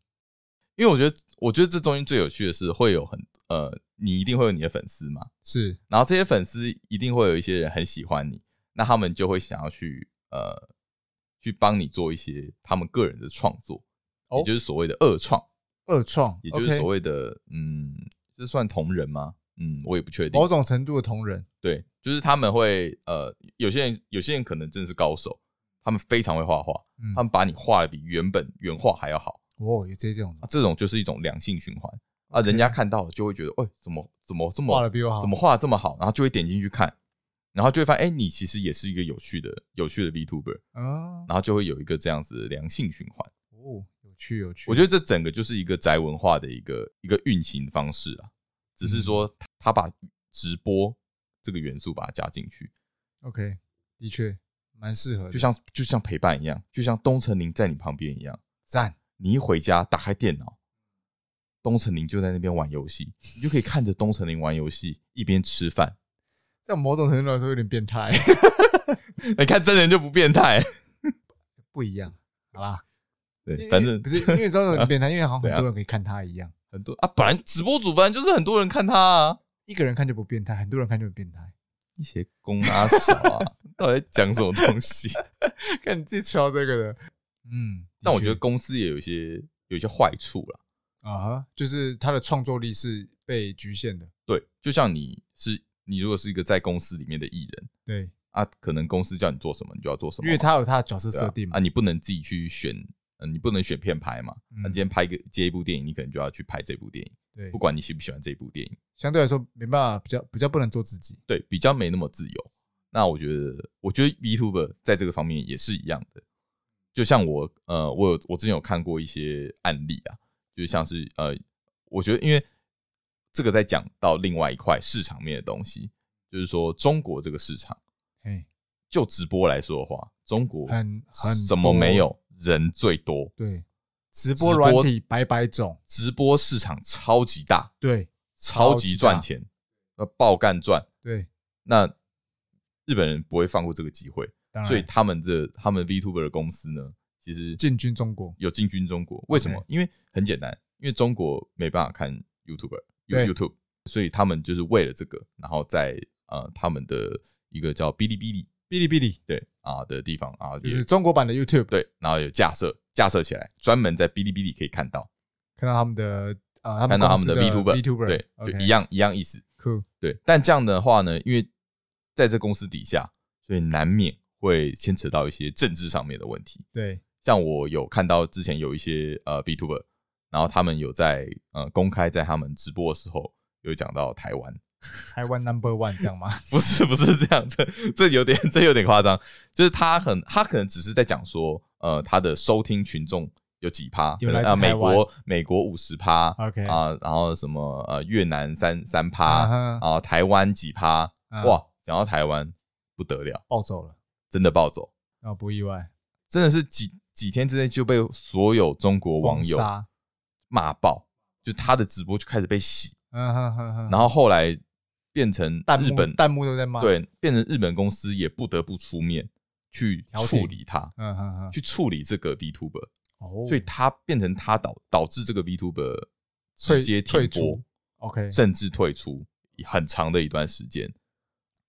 Speaker 1: 因为我觉得我觉得这中间最有趣的是会有很呃，你一定会有你的粉丝嘛，
Speaker 2: 是
Speaker 1: 然后这些粉丝一定会有一些人很喜欢你，那他们就会想要去呃去帮你做一些他们个人的创作，
Speaker 2: 哦
Speaker 1: 也就是所谓的二创，
Speaker 2: 二创，
Speaker 1: 也就是所
Speaker 2: OK，
Speaker 1: 谓的嗯，这算同人吗？嗯，我也不确定
Speaker 2: 某。种程度的同人。
Speaker 1: 对，就是他们会呃，有些人有些人可能真的是高手，他们非常会画画，
Speaker 2: 嗯
Speaker 1: 他们把你画的比原本原画还要好，
Speaker 2: 哦，有这这种
Speaker 1: 啊
Speaker 2: 的，
Speaker 1: 这种就是一种良性循环啊，人家看到了就会觉得，哎，怎么怎么这么
Speaker 2: 画的比我好，
Speaker 1: 怎么画得这么好？然后就会点进去看，然后就会发现，哎、你其实也是一个有趣的、有趣的 Vtuber，
Speaker 2: 啊？
Speaker 1: 然后就会有一个这样子的良性循环。
Speaker 2: 哦，有趣有趣。
Speaker 1: 我觉得这整个就是一个宅文化的一个一个运行方式啊，只
Speaker 2: 嗯
Speaker 1: 是说他他把直播这个元素把它加进去，
Speaker 2: OK，的确蛮适合的，
Speaker 1: 就像就像陪伴一样，就像东城林在你旁边一样，
Speaker 2: 赞
Speaker 1: 你一回家打开电脑。东城林就在那边玩游戏，你就可以看着东城林玩游戏，一边吃饭。
Speaker 2: 在某种程度来说有点变态，
Speaker 1: 你看真人就不变态，
Speaker 2: 不一样。好啦，因
Speaker 1: 对，
Speaker 2: 为
Speaker 1: 反正啊
Speaker 2: 不是因为知道有点变态，因为 好像很多人可以看他一样，
Speaker 1: 很多啊，本来直播主本来就是很多人看他啊，
Speaker 2: 一个人看就不变态，很多人看就很变 态。
Speaker 1: 一些公阿小啊，到底在讲什么东西？
Speaker 2: 看你自己吃到这个的，嗯。
Speaker 1: 但我觉得
Speaker 2: 的
Speaker 1: 公司也有一些有一些坏处啦，
Speaker 2: 确啊哈，就是他的创作力是被局限的，
Speaker 1: 对，就像你是你如果是一个在公司里面的艺人
Speaker 2: 对，
Speaker 1: 啊，可能公司叫你做什么你就要做什么嘛，
Speaker 2: 因为他有他的角色
Speaker 1: 对啊
Speaker 2: 设定嘛
Speaker 1: 啊，。你不能自己去选，嗯，你不能选片拍嘛，
Speaker 2: 嗯
Speaker 1: 那今天拍一个接一部电影，你可能就要去拍这部电影，
Speaker 2: 对
Speaker 1: 不，管你喜不喜欢这部电影，
Speaker 2: 相对来说没办法，比较比较不能做自己。
Speaker 1: 对，比较没那么自由。那我觉得，我觉得 VTuber 在这个方面也是一样的。就像我，呃，我有我之前有看过一些案例啊，就像是呃，我觉得因为这个在讲到另外一块市场面的东西，就是说中国这个市场，
Speaker 2: 嘿，
Speaker 1: 就直播来说的话，中国
Speaker 2: 很很
Speaker 1: 什么
Speaker 2: 多
Speaker 1: 没有人最多，
Speaker 2: 对，直播软体百百种，
Speaker 1: 直播市场超级大，
Speaker 2: 对
Speaker 1: 超
Speaker 2: 超
Speaker 1: 级
Speaker 2: 级
Speaker 1: 赚
Speaker 2: 大
Speaker 1: 钱，呃，爆干赚。
Speaker 2: 对，
Speaker 1: 那日本人不会放过这个机会。
Speaker 2: 当然，
Speaker 1: 所以他们这他们 VTuber 的公司呢，其实
Speaker 2: 进军中国
Speaker 1: 有进军中国。为什么？因为很简单，因为中国没办法看 YouTuber You-
Speaker 2: 对
Speaker 1: YouTube，所以他们就是为了这个，然后在呃他们的一个叫哔哩哔哩
Speaker 2: 哔哩哔哩
Speaker 1: 对啊的地方啊，
Speaker 2: 就
Speaker 1: 也
Speaker 2: 是中国版的 YouTube，
Speaker 1: 对，然后有架设架设起来，专门在哔哩哔哩可以看到
Speaker 2: 看到他们的呃，他
Speaker 1: 看
Speaker 2: 们
Speaker 1: 到他
Speaker 2: 公司
Speaker 1: 们的
Speaker 2: 的
Speaker 1: VTuber
Speaker 2: VTuber，
Speaker 1: 对，就一，样一样意思。
Speaker 2: 酷，
Speaker 1: 对，但这样的话呢，因为在这公司底下，所以难免会牵扯到一些政治上面的问题。
Speaker 2: 对，
Speaker 1: 像我有看到之前有一些呃 B Tuber，然后他们有在呃公开在他们直播的时候有讲到台湾，
Speaker 2: 台湾 Number One 这样吗？
Speaker 1: 不是不是这样，这这有点这有点夸张，就是他很他可能只是在讲说呃他的收听群众有几趴，
Speaker 2: 有
Speaker 1: 可能
Speaker 2: 来自
Speaker 1: 呃美
Speaker 2: 台湾
Speaker 1: 国美国五十趴
Speaker 2: OK
Speaker 1: 啊，然后什么呃越南三三趴
Speaker 2: 啊哈，
Speaker 1: 啊台湾几趴，
Speaker 2: 啊
Speaker 1: 哇，讲到台湾不得了，
Speaker 2: 暴走了，
Speaker 1: 真的暴走，
Speaker 2: 那不意外，
Speaker 1: 真的是几几天之内就被所有中国网友
Speaker 2: 封杀
Speaker 1: 骂爆，就他的直播就开始被洗，
Speaker 2: 嗯哼哼哼，
Speaker 1: 然后后来变成
Speaker 2: 弹
Speaker 1: 日
Speaker 2: 幕
Speaker 1: 本
Speaker 2: 弹幕都在骂，，
Speaker 1: 对，变成日本公司也不得不出面去
Speaker 2: 调停
Speaker 1: 处理他，
Speaker 2: 嗯哼哼，
Speaker 1: 去处理这个 VTuber，
Speaker 2: 哦
Speaker 1: 所以他变成他导导致这个 VTuber
Speaker 2: 退
Speaker 1: 直接停
Speaker 2: 退
Speaker 1: 播
Speaker 2: 出，OK，
Speaker 1: 甚至退出很长的一段时间，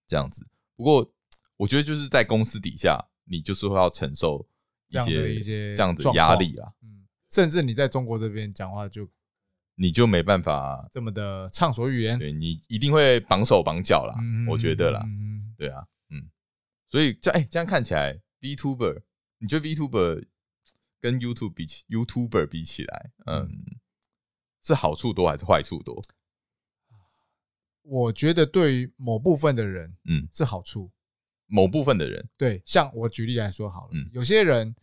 Speaker 1: 这样子。不过我觉得就是在公司底下，你就是会要承受一
Speaker 2: 这样的
Speaker 1: 些
Speaker 2: 一些
Speaker 1: 这样的
Speaker 2: 状
Speaker 1: 压
Speaker 2: 况
Speaker 1: 力啊，
Speaker 2: 嗯，甚至你在中国这边讲话就
Speaker 1: 你就没办法，
Speaker 2: 这么的畅所欲言。
Speaker 1: 对你一定会绑手绑脚啦，
Speaker 2: 嗯
Speaker 1: 我觉得啦，
Speaker 2: 嗯
Speaker 1: 对啊，嗯，所以这样哎、这样看起来，Vtuber，你觉得 Vtuber 跟 YouTube 比起 YouTuber 比起来，嗯，是好处多还是坏处多？
Speaker 2: 我觉得对于某部分的人，
Speaker 1: 嗯，
Speaker 2: 是好处。
Speaker 1: 某部分的人，
Speaker 2: 对，像我举例来说好了，
Speaker 1: 嗯
Speaker 2: 有些人，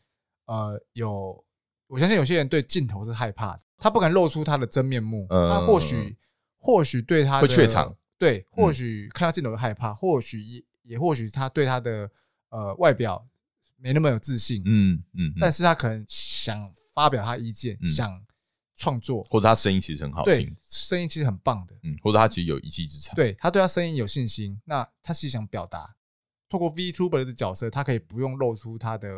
Speaker 2: 呃，有我相信有些人对镜头是害怕的，他不敢露出他的真面目，
Speaker 1: 嗯
Speaker 2: 他或许或许对他的
Speaker 1: 会怯场，嗯
Speaker 2: 对，或许看到镜头会害怕，或许也也或许他对他的呃外表没那么有自信，
Speaker 1: 嗯嗯，
Speaker 2: 但是他可能想发表他意见，
Speaker 1: 嗯
Speaker 2: 想创作，
Speaker 1: 或者他声音其实很好
Speaker 2: 对
Speaker 1: 听，，
Speaker 2: 声音其实很棒的，
Speaker 1: 嗯，或者他其实有一技之长，
Speaker 2: 对他对他声音有信心，那他是想表达，透过 VTuber 的角色，他可以不用露出他的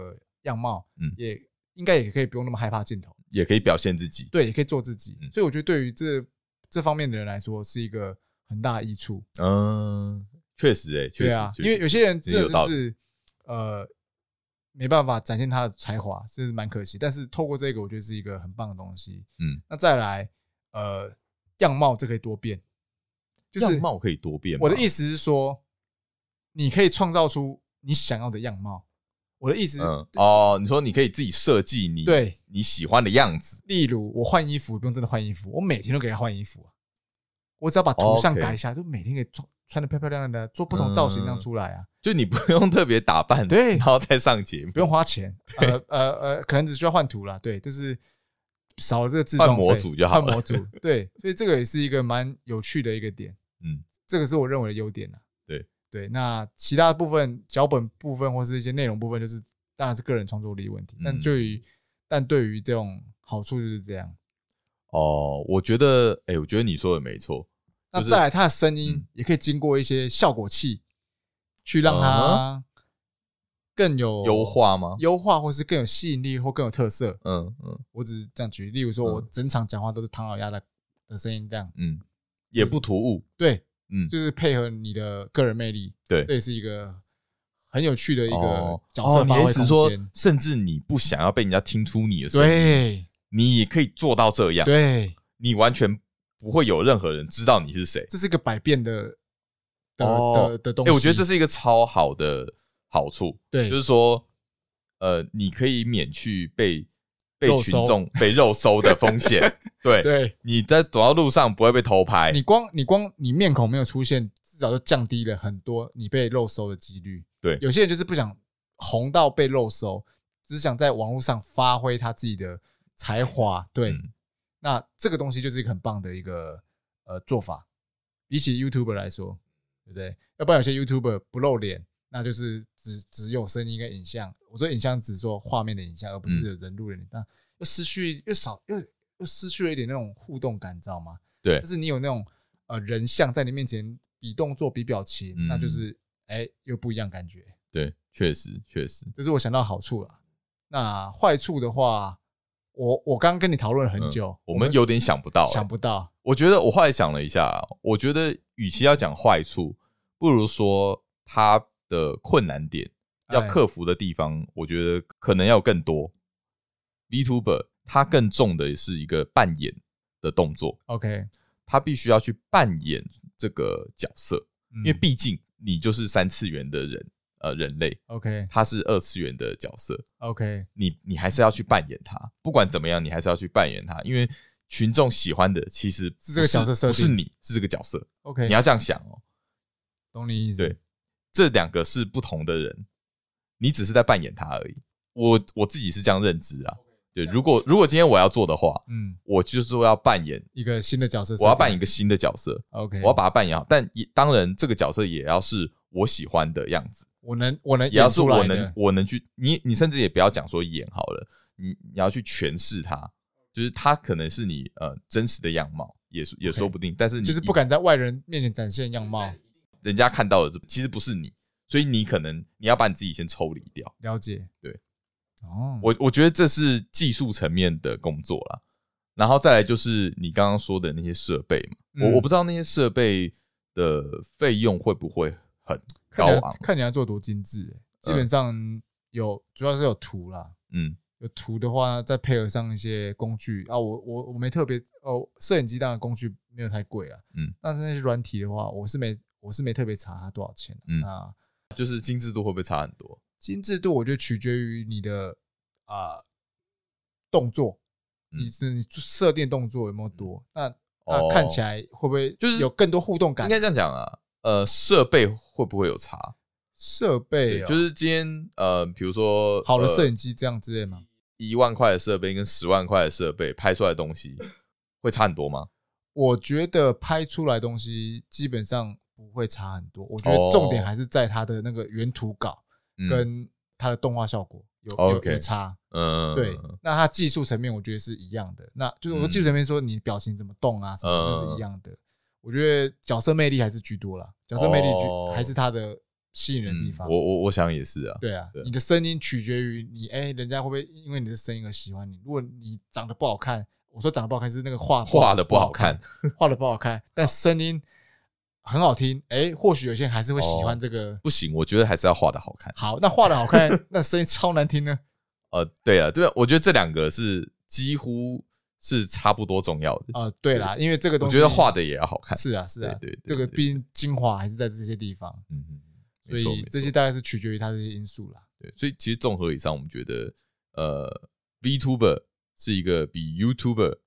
Speaker 2: 样貌，
Speaker 1: 嗯
Speaker 2: 也应该也可以不用那么害怕镜头，
Speaker 1: 也可以表现自己，
Speaker 2: 对，也可以做自己。
Speaker 1: 嗯
Speaker 2: 所以我觉得对于这这方面的人来说，是一个很大的益处。
Speaker 1: 嗯，确实、欸，哎，确
Speaker 2: 对
Speaker 1: 实，
Speaker 2: 啊，
Speaker 1: 确
Speaker 2: 因
Speaker 1: 实
Speaker 2: 为有些人
Speaker 1: 其实
Speaker 2: 真
Speaker 1: 有
Speaker 2: 的
Speaker 1: 道
Speaker 2: 就
Speaker 1: 理
Speaker 2: 是呃没办法展现他的才华，这是蛮可惜。但是透过这个，我觉得是一个很棒的东西。
Speaker 1: 嗯，
Speaker 2: 那再来呃样貌，这可以多变，就是
Speaker 1: 样貌可以多变嘛，
Speaker 2: 我的意思是说，你可以创造出你想要的样貌。我的意思，
Speaker 1: 嗯哦，你说你可以自己设计你
Speaker 2: 对
Speaker 1: 你喜欢的样子，
Speaker 2: 例如我换衣服不用真的换衣服，我每天都给他换衣服啊、我只要把图像
Speaker 1: OK 嗯
Speaker 2: 改一下，就每天给穿穿的漂漂亮亮的，做不同造型这样出来啊，
Speaker 1: 就你不用特别打扮，
Speaker 2: 对
Speaker 1: 然后再上节目，
Speaker 2: 不用花钱， 呃呃呃，可能只需要换图啦，对，就是少了这个自
Speaker 1: 换
Speaker 2: 动
Speaker 1: 模
Speaker 2: 费
Speaker 1: 组就好了
Speaker 2: 换模组，对，所以这个也是一个蛮有趣的一个点，
Speaker 1: 嗯，
Speaker 2: 这个是我认为的优点啦。
Speaker 1: 对
Speaker 2: 对，那其他部分脚本部分或是一些内容部分，就是当然是个人创作力问题，但
Speaker 1: 嗯
Speaker 2: 对于但对于这种好处就是这样。
Speaker 1: 哦，我觉得，哎、我觉得你说的没错，
Speaker 2: 那
Speaker 1: 就是
Speaker 2: 再来，它的声音
Speaker 1: 嗯
Speaker 2: 也可以经过一些效果器去让
Speaker 1: 嗯
Speaker 2: 它更哦有
Speaker 1: 优、化吗？
Speaker 2: 优化，或是更有吸引力，或更有特色。
Speaker 1: 嗯嗯
Speaker 2: 我只是这样举例，例如说
Speaker 1: 嗯
Speaker 2: 我整场讲话都是唐老鸭的的声音，这样
Speaker 1: 嗯，也不突兀，
Speaker 2: 对，
Speaker 1: 嗯，
Speaker 2: 就是配合你的个人魅力，
Speaker 1: 对
Speaker 2: 这也是一个很有趣的一个
Speaker 1: 哦
Speaker 2: 角色
Speaker 1: 哦，你
Speaker 2: 发
Speaker 1: 的意
Speaker 2: 挥
Speaker 1: 思说
Speaker 2: 空间。，
Speaker 1: 甚至你不想要被人家听出你的声音，
Speaker 2: 对
Speaker 1: 你也可以做到这样，
Speaker 2: 对，
Speaker 1: 你完全不会有任何人知道你是谁。
Speaker 2: 这是一个百变的的、
Speaker 1: 哦
Speaker 2: 的的东
Speaker 1: 哎、
Speaker 2: 西。
Speaker 1: 我觉得这是一个超好的好处，
Speaker 2: 对，
Speaker 1: 就是说，呃，你可以免去被被
Speaker 2: 肉
Speaker 1: 群
Speaker 2: 搜
Speaker 1: 众被肉搜的 风险，对，
Speaker 2: 对
Speaker 1: 你在走到路上不会被偷拍，
Speaker 2: 你光你光你面孔没有出现，至少就降低了很多你被漏搜的几率。
Speaker 1: 对
Speaker 2: 有些人就是不想红到被漏搜，只想在网络上发挥他自己的才华。对，
Speaker 1: 嗯
Speaker 2: 那这个东西就是一个很棒的一个呃做法，比起 YouTuber 来说，对不对？要不然有些 YouTuber 不露脸，那就是只只有声音跟影像。我说影像只说画面的影像，而不是
Speaker 1: 嗯
Speaker 2: 有人路人，那又失去又少又又失去了一点那种互动感，你知道吗？
Speaker 1: 对
Speaker 2: 但是你有那种呃人像在你面前比动作比表情，
Speaker 1: 嗯
Speaker 2: 那就是哎、又不一样感觉。
Speaker 1: 对，确实确实，
Speaker 2: 这是我想到好处了。那坏处的话，我我刚刚跟你讨论了很久，
Speaker 1: 嗯我们有点想不到、欸
Speaker 2: 想不到，
Speaker 1: 我觉得我后来想了一下啊，我觉得与其要讲坏处，不如说它的困难点要
Speaker 2: 哎
Speaker 1: 克服的地方，我觉得可能要更多。Vtuber 它更重的是一个扮演的动作，
Speaker 2: OK，嗯
Speaker 1: 它必须要去扮演这个角色，
Speaker 2: 因
Speaker 1: 因为毕竟你就是三次元的人，呃，人类
Speaker 2: OK
Speaker 1: 他是二次元的角色，
Speaker 2: OK，
Speaker 1: 你你还是要去扮演他，不管怎么样，你还是要去扮演他，因为群众喜欢的其实不
Speaker 2: 是这个角色设
Speaker 1: 不是
Speaker 2: 定
Speaker 1: 你，是这个角色。
Speaker 2: OK，
Speaker 1: 你要这样想哦，
Speaker 2: 懂你意思。
Speaker 1: 对这两个是不同的人，你只是在扮演他而已。我我自己是这样认知啊。对，如果如果今天我要做的话，
Speaker 2: 嗯，
Speaker 1: 我就是要扮演，
Speaker 2: 一个新的角色设定，
Speaker 1: 我要扮演一个新的角色，
Speaker 2: OK，
Speaker 1: 我要把它扮演好。但也当然，这个角色也要是我喜欢的样子，
Speaker 2: 我能我能
Speaker 1: 也要是
Speaker 2: 演出
Speaker 1: 我
Speaker 2: 来的
Speaker 1: 能我能去你你甚至也不要讲说演好了，你你要去诠释它，就是它可能是你呃真实的样貌，也说也
Speaker 2: OK
Speaker 1: 说不定。但是你
Speaker 2: 就是
Speaker 1: 一
Speaker 2: 不敢在外人面前展现样貌，
Speaker 1: 人家看到的其实不是你，所以你可能你要把你自己先抽离掉。
Speaker 2: 了解？
Speaker 1: 对，
Speaker 2: 哦，
Speaker 1: 我我觉得这是技术层面的工作啦，然后再来就是你刚刚说的那些设备嘛，
Speaker 2: 嗯
Speaker 1: 我我不知道那些设备的费用会不会很高
Speaker 2: 看
Speaker 1: 啊嗯
Speaker 2: 你要
Speaker 1: 昂，
Speaker 2: 看你要做多精致欸，基本上有主要是有图啦，
Speaker 1: 嗯，
Speaker 2: 有图的话，再配合上一些工具啊，我我我没特别哦，摄影机当然工具没有太贵了，
Speaker 1: 嗯，
Speaker 2: 但是那些软体的话，我是没我是没特别查它多少钱、啊，
Speaker 1: 嗯
Speaker 2: 啊，
Speaker 1: 就是精致度会不会差很多？
Speaker 2: 精致度我觉得取决于你的啊、动作，
Speaker 1: 嗯
Speaker 2: 你你设定动作有没有多，那
Speaker 1: 哦
Speaker 2: 那看起来会不会
Speaker 1: 就是
Speaker 2: 有更多互动感
Speaker 1: 应？该这样讲啊，呃，设备会不会有差？
Speaker 2: 设备
Speaker 1: 对，
Speaker 2: 哦
Speaker 1: 就是今天呃，比如说
Speaker 2: 好的摄
Speaker 1: 呃
Speaker 2: 影机这样之类吗？
Speaker 1: 一万块的设备跟十万块的设备拍出来的东西会差很多吗？
Speaker 2: 我觉得拍出来的东西基本上不会差很多。我觉
Speaker 1: 哦
Speaker 2: 得重点还是在它的那个原图稿
Speaker 1: 嗯
Speaker 2: 跟它的动画效果有有
Speaker 1: OK
Speaker 2: 有差。
Speaker 1: 嗯
Speaker 2: 对，那它技术层面我觉得是一样的。那就是我
Speaker 1: 嗯
Speaker 2: 技术层面说你表情怎么动啊什么的，那是一样的。我觉得角色魅力还是居多啦，角色魅力
Speaker 1: 哦
Speaker 2: 居还是它的吸引人的地方
Speaker 1: 嗯。我我我想也是啊，
Speaker 2: 对啊
Speaker 1: 对，
Speaker 2: 你的声音取决于你，哎，人家会不会因为你的声音而喜欢你？如果你长得不好看，我说长得不好看是那个啊画
Speaker 1: 画的不好看，
Speaker 2: 画的不好 看，但声音很好听，哎，或许有些人还是会喜
Speaker 1: 哦
Speaker 2: 欢这个。
Speaker 1: 不行，我觉得还是要画的好看。
Speaker 2: 好，那画的好 看，那声音超难听呢？
Speaker 1: 呃，对啊，对啊，我觉得这两个是几乎是差不多重要的。
Speaker 2: 啊，对啦，因为这个
Speaker 1: 我
Speaker 2: 东西
Speaker 1: 觉得画的也要好看。
Speaker 2: 是啊是啊，
Speaker 1: 对对对
Speaker 2: 这个
Speaker 1: 对
Speaker 2: 毕竟精华还是在这些地方，
Speaker 1: 嗯嗯，嗯
Speaker 2: 所
Speaker 1: 没错
Speaker 2: 以
Speaker 1: 没
Speaker 2: 这
Speaker 1: 错
Speaker 2: 些大概是取决于它这些因素啦。
Speaker 1: 对，所以其实综合以上，我们觉得呃，VTuber 是一个比 YouTuber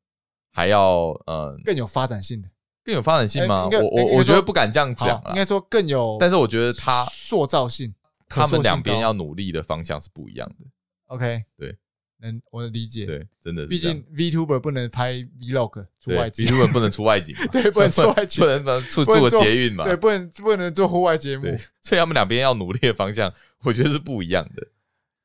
Speaker 1: 还要呃
Speaker 2: 更有发展性的，
Speaker 1: 更有发展性吗？
Speaker 2: 哎应该
Speaker 1: 我我
Speaker 2: 应该
Speaker 1: 我觉得
Speaker 2: 说
Speaker 1: 不嗯敢这样
Speaker 2: 好
Speaker 1: 讲啊
Speaker 2: 应，该说更有，
Speaker 1: 但是我觉得他
Speaker 2: 塑造性，
Speaker 1: 他
Speaker 2: 可塑
Speaker 1: 们
Speaker 2: 性
Speaker 1: 两边
Speaker 2: 高
Speaker 1: 要努力的方向是不一样的。
Speaker 2: OK，
Speaker 1: 对，
Speaker 2: 能我理解，
Speaker 1: 对，真的是
Speaker 2: 毕
Speaker 1: 这样，
Speaker 2: 竟 VTuber 不能拍 Vlog 出
Speaker 1: 对
Speaker 2: 外景，
Speaker 1: ，VTuber 不能出外景嘛，
Speaker 2: 对不能出外景
Speaker 1: 不能不能出
Speaker 2: 不能
Speaker 1: 做
Speaker 2: 做
Speaker 1: 捷运嘛，
Speaker 2: 对，不能不能做户外节目，
Speaker 1: 对
Speaker 2: 应，
Speaker 1: 所以他们两边要努力的方向，我觉得是不一样的。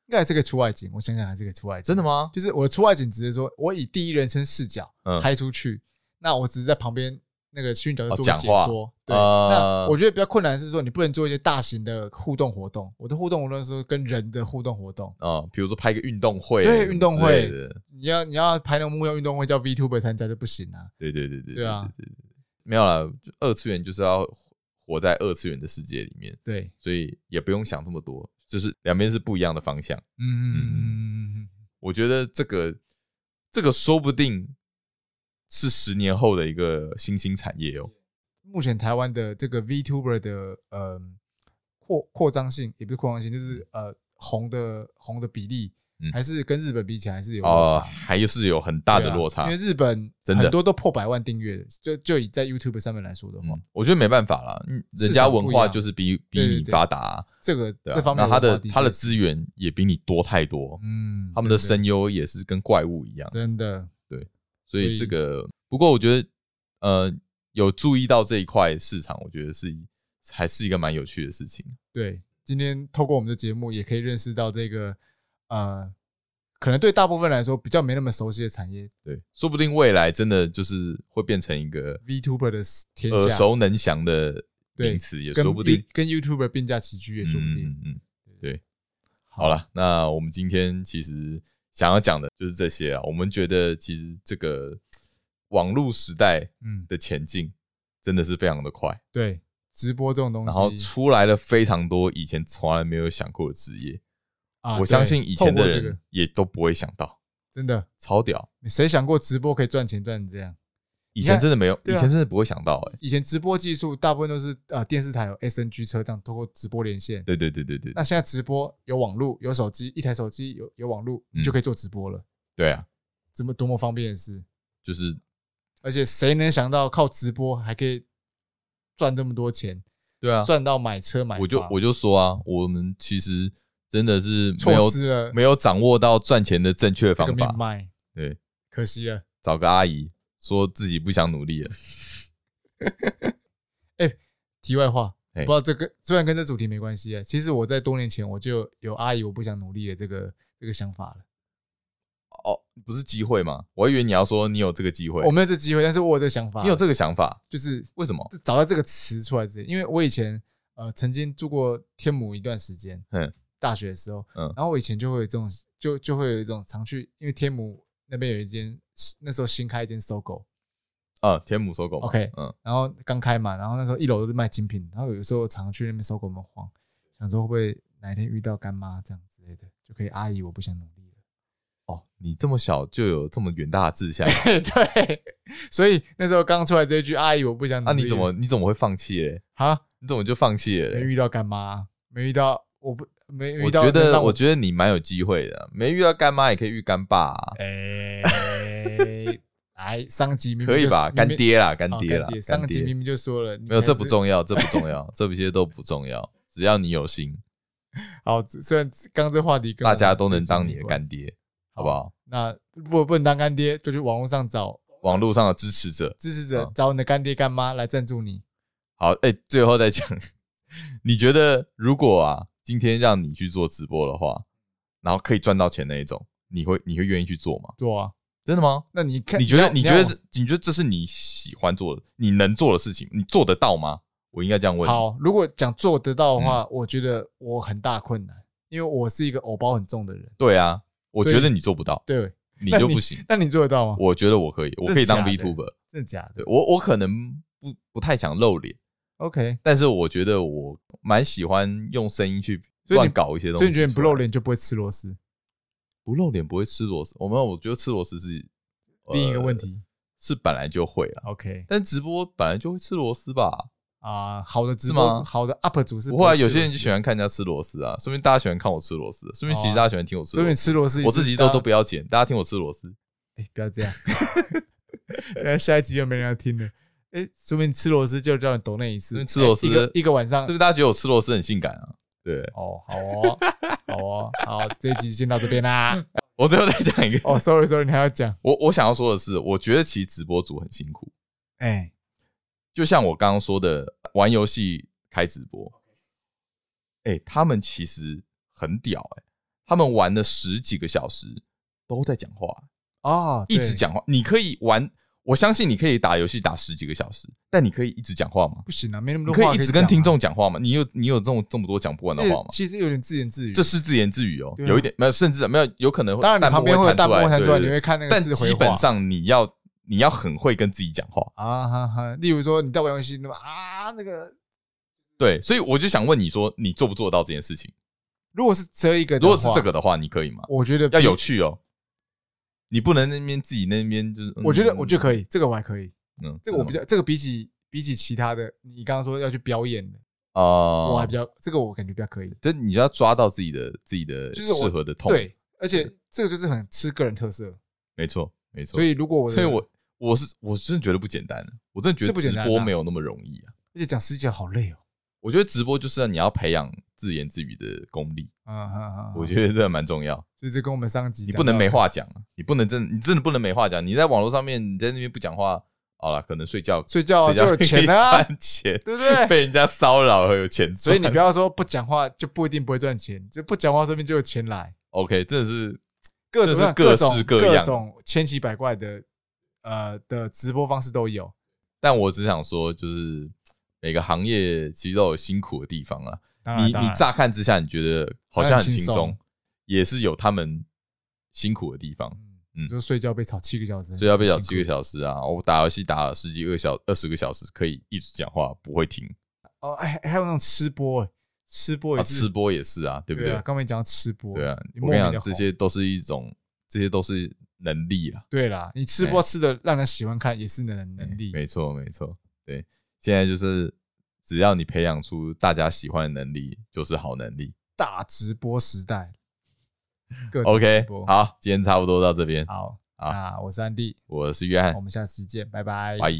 Speaker 2: 该还是个出外景。我想想，还是个出外景，
Speaker 1: 真的吗？
Speaker 2: 就是我的出外景，只是说我以第一人称视角
Speaker 1: 嗯
Speaker 2: 拍出去，那我只是在旁边那个虚拟角色
Speaker 1: 哦
Speaker 2: 做个
Speaker 1: 讲
Speaker 2: 解
Speaker 1: 话
Speaker 2: 说。对，
Speaker 1: 呃
Speaker 2: 那我觉得比较困难的是说，你不能做一些大型的互动活动。我的互动活动是说跟人的互动活动，
Speaker 1: 啊、比如说拍个运动会，
Speaker 2: 对运动会
Speaker 1: 的，
Speaker 2: 你要你要拍那种目标运动会叫 VTuber 参加就不行啊。
Speaker 1: 对对对对
Speaker 2: 对啊
Speaker 1: 对对对没有啦，就二次元就是要活在二次元的世界里面，
Speaker 2: 对，
Speaker 1: 所以也不用想这么多，就是两边是不一样的方向。
Speaker 2: 嗯嗯
Speaker 1: 嗯
Speaker 2: 嗯嗯嗯
Speaker 1: 我觉得这个这个说不定是十年后的一个新兴产业哦。
Speaker 2: 目前台湾的这个 VTuber 的呃扩扩张性，也不是扩张性，就是呃红的红的比例，
Speaker 1: 嗯
Speaker 2: 还是跟日本比起来还是有落差。
Speaker 1: 哦、还是有很大的落差。
Speaker 2: 对啊因为日本
Speaker 1: 真的
Speaker 2: 很多都破百万订阅，就就以在 YouTube 上面来说的话，
Speaker 1: 嗯，我觉得没办法啦，嗯人家文化就是比比
Speaker 2: 市场不一样
Speaker 1: 你发达啊、
Speaker 2: 这个
Speaker 1: 对啊，
Speaker 2: 这方面
Speaker 1: 那他的
Speaker 2: 文化确
Speaker 1: 他的
Speaker 2: 是
Speaker 1: 资源也比你多太多，
Speaker 2: 嗯，
Speaker 1: 他们的
Speaker 2: 真
Speaker 1: 声啊优也是跟怪物一样，
Speaker 2: 真的
Speaker 1: 所以
Speaker 2: 所以
Speaker 1: 这个不过我觉得呃有注意到这一块市场，我觉得是还是一个蛮有趣的事情。
Speaker 2: 对。今天透过我们的节目，也可以认识到这个呃，可能对大部分来说比较没那么熟悉的产业
Speaker 1: 对，说不定未来真的就是会变成一个
Speaker 2: ，VTuber 的天
Speaker 1: 耳
Speaker 2: 下，
Speaker 1: 熟能详的名词，也
Speaker 2: 跟
Speaker 1: 说不定
Speaker 2: You-，跟 YouTuber 并驾齐驱也
Speaker 1: 嗯
Speaker 2: 说不定。
Speaker 1: 嗯嗯，对。好了，那我们今天其实想要讲的就是这些啊。我们觉得其实这个网络时代
Speaker 2: 嗯，
Speaker 1: 的前进真的是非常的快，
Speaker 2: 对，直播这种东西，
Speaker 1: 然后出来了非常多以前从来没有想过的职业，
Speaker 2: 啊
Speaker 1: 我
Speaker 2: 对
Speaker 1: 相信以前
Speaker 2: 透
Speaker 1: 的
Speaker 2: 过这个
Speaker 1: 人也都不会想到，
Speaker 2: 真的，
Speaker 1: 超屌！
Speaker 2: 谁想过直播可以赚钱赚成这样？
Speaker 1: 以
Speaker 2: 看
Speaker 1: 前真的没有，以
Speaker 2: 对啊
Speaker 1: 前真的不会想到，哎，
Speaker 2: 以前直播技术大部分都是啊、呃电视台有 SNG 车这样通过直播连线，
Speaker 1: 对对对对对，
Speaker 2: 那现在直播有网络，有手机，一台手机有有网络，你
Speaker 1: 嗯
Speaker 2: 就可以做直播了，
Speaker 1: 对啊，
Speaker 2: 怎么多么方便的事！
Speaker 1: 就是
Speaker 2: 而且谁能想到靠直播还可以赚这么多钱，
Speaker 1: 对啊，
Speaker 2: 赚到买车买房？
Speaker 1: 我就我就说啊，我们其实真的是没
Speaker 2: 错
Speaker 1: 有
Speaker 2: 失了
Speaker 1: 没有掌握到赚钱的正确
Speaker 2: 这
Speaker 1: 方
Speaker 2: 个命
Speaker 1: 法，
Speaker 2: 脉，
Speaker 1: 对，
Speaker 2: 可惜了。
Speaker 1: 找个阿姨说自己不想努力了，
Speaker 2: 题外话，
Speaker 1: 嘿
Speaker 2: 不知道这个虽然跟这主题没关系啊，其实我在多年前我就有阿姨我不想努力的这个这个想法了。
Speaker 1: 哦，不是机会吗？我还以为你要说你有这个机会
Speaker 2: 我，没有这机会，但是我有这想法。
Speaker 1: 你有这个想法，
Speaker 2: 就是
Speaker 1: 为什么？
Speaker 2: 找到这个词出来之前，因为我以前呃曾经住过天母一段时间，
Speaker 1: 嗯，
Speaker 2: 大学的时候，
Speaker 1: 嗯
Speaker 2: 然后我以前就会有这种就就会有一种常去，因为天母那边有一间那时候新开一间搜狗，
Speaker 1: 啊，天母搜狗嘛
Speaker 2: OK
Speaker 1: 嗯，
Speaker 2: 然后刚开嘛，然后那时候一楼都是卖精品，然后有时候常去那边搜狗们晃，想说会不会哪一天遇到干妈这样之类的，就可以阿姨我不想努力了，
Speaker 1: 哦，你这么小就有这么远大的志 向
Speaker 2: 对，所以那时候刚出来这一句“阿姨，我不想努
Speaker 1: 啊？
Speaker 2: 力”，
Speaker 1: 你怎么你怎么会放弃嘞？
Speaker 2: 啊？
Speaker 1: 你怎么就放弃了
Speaker 2: 没
Speaker 1: 嘞？
Speaker 2: 遇到干妈，没遇到，我不没
Speaker 1: 我
Speaker 2: 遇到
Speaker 1: 觉
Speaker 2: 能让。
Speaker 1: 得我觉得你蛮有机会的，没遇到干妈也可以遇干爸啊、
Speaker 2: 哎， 来上集明明
Speaker 1: 可以
Speaker 2: 就
Speaker 1: 吧？
Speaker 2: 明
Speaker 1: 干
Speaker 2: 明
Speaker 1: 爹啦，干
Speaker 2: 哦
Speaker 1: 爹啦，干
Speaker 2: 上集
Speaker 1: 爹
Speaker 2: 明明就说了，你
Speaker 1: 没有，
Speaker 2: 还
Speaker 1: 这不
Speaker 2: 是。
Speaker 1: 重要，这不重要，这些都不重要，只要你有心，
Speaker 2: 好，虽然刚这话题 跟
Speaker 1: 大家
Speaker 2: 我
Speaker 1: 都能当你的
Speaker 2: 没关系，
Speaker 1: 干爹，好不好？
Speaker 2: 那如果不能当干爹，就去网络上找
Speaker 1: 网络上的支持者，
Speaker 2: 支持者
Speaker 1: 好，
Speaker 2: 找你的干爹干妈来赞助你。
Speaker 1: 好，哎、最后再讲， 你觉得如果啊，今天让你去做直播的话，然后可以赚到钱那一种，你会你会愿意去做吗？
Speaker 2: 做啊，
Speaker 1: 真的吗？
Speaker 2: 那你看，
Speaker 1: 你觉得
Speaker 2: 要
Speaker 1: 你觉得
Speaker 2: 要
Speaker 1: 是你觉得这是你喜欢做的，你能做的事情，你做得到吗？我应该这样问。，
Speaker 2: 好？如果讲做得到的话，
Speaker 1: 嗯
Speaker 2: 我觉得我很大困难，因为我是一个偶包很重的人。
Speaker 1: 对啊，我
Speaker 2: 所以
Speaker 1: 觉得你做不到，
Speaker 2: 对，
Speaker 1: 你
Speaker 2: 那
Speaker 1: 就
Speaker 2: 你
Speaker 1: 不行。
Speaker 2: 那你做得到吗？
Speaker 1: 我觉得我可以，我可以当
Speaker 2: 真假的
Speaker 1: Vtuber。
Speaker 2: 真的假的
Speaker 1: 对我，我可能不不太想露脸，
Speaker 2: ？OK，
Speaker 1: 但是我觉得我蛮喜欢用声音去
Speaker 2: 所以你
Speaker 1: 乱搞一些东西出来。
Speaker 2: 所以你觉得你不露脸就不会吃螺丝？
Speaker 1: 不露脸不会吃螺丝，我们我觉得吃螺丝是、呃
Speaker 2: 另一个问，题
Speaker 1: 是本来就会啦，
Speaker 2: ，OK
Speaker 1: 但直播本来就会吃螺丝吧？
Speaker 2: 啊，好的直
Speaker 1: 是
Speaker 2: 播
Speaker 1: 吗
Speaker 2: 主，好的 UP 主是
Speaker 1: 不
Speaker 2: 不
Speaker 1: 会啊，
Speaker 2: 会吃
Speaker 1: 有些人
Speaker 2: 螺丝
Speaker 1: 就喜欢看人家吃螺丝啊，说明大家喜欢看我吃螺丝，说明其
Speaker 2: 哦
Speaker 1: 实大家喜欢听我吃
Speaker 2: 所以
Speaker 1: 螺
Speaker 2: 你
Speaker 1: 丝。
Speaker 2: 吃螺丝，
Speaker 1: 我自己
Speaker 2: 大
Speaker 1: 都
Speaker 2: 家
Speaker 1: 都不要剪，大家听我吃螺丝，
Speaker 2: 哎，不要这样， 那下一集就没人要听了。哎，说明吃螺丝就叫你抖那一
Speaker 1: 因
Speaker 2: 次哎
Speaker 1: 为，吃螺
Speaker 2: 一个
Speaker 1: 丝
Speaker 2: 一个晚
Speaker 1: 是
Speaker 2: 上
Speaker 1: 不。是大家觉得我吃螺丝很性感啊？对
Speaker 2: 哦，好哦，好哦，好，这一集先到这边啦。
Speaker 1: 我最后再讲一个，
Speaker 2: 哦，sorry，sorry，你还要 讲？
Speaker 1: 我我想要说的是，我觉得其实直播主很辛苦，
Speaker 2: 哎，
Speaker 1: 就像我刚刚说的，玩游戏开直播，哎、他们其实很屌哎、他们玩了十几个小时都在讲话，
Speaker 2: 哦，
Speaker 1: 一
Speaker 2: 对
Speaker 1: 直，讲话。你可以玩，我相信你可以打游戏打十几个小时，但你可以一直讲话吗？
Speaker 2: 不行啊，没那么
Speaker 1: 你
Speaker 2: 多
Speaker 1: 可
Speaker 2: 话
Speaker 1: 以一直
Speaker 2: 讲
Speaker 1: 跟
Speaker 2: 啊
Speaker 1: 听众讲话吗？你有你有这种这么多讲不完的
Speaker 2: 因为
Speaker 1: 话吗？
Speaker 2: 其实有点自言自语。
Speaker 1: 这是自言自语哦，
Speaker 2: 对啊
Speaker 1: 有一点没有，甚至没有，有可能
Speaker 2: 当然，你旁边会有弹幕会弹出来，
Speaker 1: 对
Speaker 2: 你
Speaker 1: 对
Speaker 2: 会看那
Speaker 1: 对
Speaker 2: 个
Speaker 1: 但
Speaker 2: 字回
Speaker 1: 基
Speaker 2: 话
Speaker 1: 本上你要你要很会跟自己讲话。
Speaker 2: 啊哈哈。例如说你在玩游戏，那么啊那个，
Speaker 1: 对，所以我就想问你说，你做不做得到这件事情？
Speaker 2: 如果是这一个，
Speaker 1: 如果是这，个的话，你可以吗？
Speaker 2: 我觉得
Speaker 1: 要有，趣哦，你不能那边自己那边就是。
Speaker 2: 我觉得我觉得可
Speaker 1: 以，
Speaker 2: 以，这个我还可以。
Speaker 1: 嗯，
Speaker 2: 这个我比
Speaker 1: 较
Speaker 2: 较，这个比起比起其他的，你刚刚说要去表演的，
Speaker 1: 啊，
Speaker 2: 我还比较，这个我感觉比较可以。
Speaker 1: 就你就要抓到自己的自己的
Speaker 2: 就是我
Speaker 1: 适合的痛，，
Speaker 2: 对，而且这个就是很吃个人特色，
Speaker 1: 没错，没错。
Speaker 2: 所以如果我的，
Speaker 1: 所以我我是我真的觉得不简单，我真的觉
Speaker 2: 是不
Speaker 1: 得直
Speaker 2: 简单啊
Speaker 1: 播没有那么容易啊。
Speaker 2: 而且讲十句好累哦。
Speaker 1: 我觉得直播就是你要培养自言自语的功力，
Speaker 2: 嗯哼哼，
Speaker 1: 我
Speaker 2: 得
Speaker 1: 觉得这蛮重要。
Speaker 2: 所以这跟我们上集
Speaker 1: 你
Speaker 2: 讲
Speaker 1: 不能
Speaker 2: 到
Speaker 1: 没
Speaker 2: 的
Speaker 1: 话讲啊，你不能真，你真的不能没话讲。你在网络上面，你在那边不讲话，好了，可能睡觉
Speaker 2: 睡觉
Speaker 1: 谁
Speaker 2: 就
Speaker 1: 叫
Speaker 2: 有
Speaker 1: 你
Speaker 2: 钱啊，
Speaker 1: 赚钱，
Speaker 2: 对不对？
Speaker 1: 被人家骚扰和有钱赚，
Speaker 2: 所以你不要说不讲话就不一定不会赚钱，这不讲话说不定就有钱来，
Speaker 1: OK，真的是
Speaker 2: 各种
Speaker 1: 这是
Speaker 2: 各
Speaker 1: 各
Speaker 2: 种
Speaker 1: 式各样
Speaker 2: 种千奇百怪的呃的直播方式都有。
Speaker 1: 但我只想说，就是每个行业其实都有辛苦的地方啊。
Speaker 2: 当然
Speaker 1: 你
Speaker 2: 当
Speaker 1: 你
Speaker 2: 然
Speaker 1: 乍看之下，你觉得好像
Speaker 2: 当然
Speaker 1: 很轻
Speaker 2: 很轻
Speaker 1: 松，也是有他们辛苦的地方。
Speaker 2: 嗯你说睡觉被吵七个小时，
Speaker 1: 所以要被讲
Speaker 2: 很辛苦
Speaker 1: 七个小时啊！我打游戏打了十几个小二十个小时，可以一直讲话不会停
Speaker 2: 哦，哎，还有那种吃播，哎吃播
Speaker 1: 啊！
Speaker 2: 也是
Speaker 1: 吃播也是啊，对不
Speaker 2: 对
Speaker 1: 对
Speaker 2: 啊，？刚才讲到吃播，
Speaker 1: 对啊，
Speaker 2: 你
Speaker 1: 我
Speaker 2: 莫
Speaker 1: 跟
Speaker 2: 名
Speaker 1: 你
Speaker 2: 地
Speaker 1: 讲，这
Speaker 2: 红
Speaker 1: 些都是一种，这些都是能力啊。
Speaker 2: 对啦，你吃播吃的让人喜欢看也是能
Speaker 1: 哎
Speaker 2: 能力，
Speaker 1: 没错，没错，对，现在就是只要你培养出大家喜欢的能力，就是好能力。
Speaker 2: 大直播时代，各种直
Speaker 1: OK，
Speaker 2: 播
Speaker 1: 好，今天差不多到这边，
Speaker 2: 好，
Speaker 1: 好
Speaker 2: 那我是安迪，
Speaker 1: 我是约翰
Speaker 2: 我，们下期见，拜拜，
Speaker 1: 拜。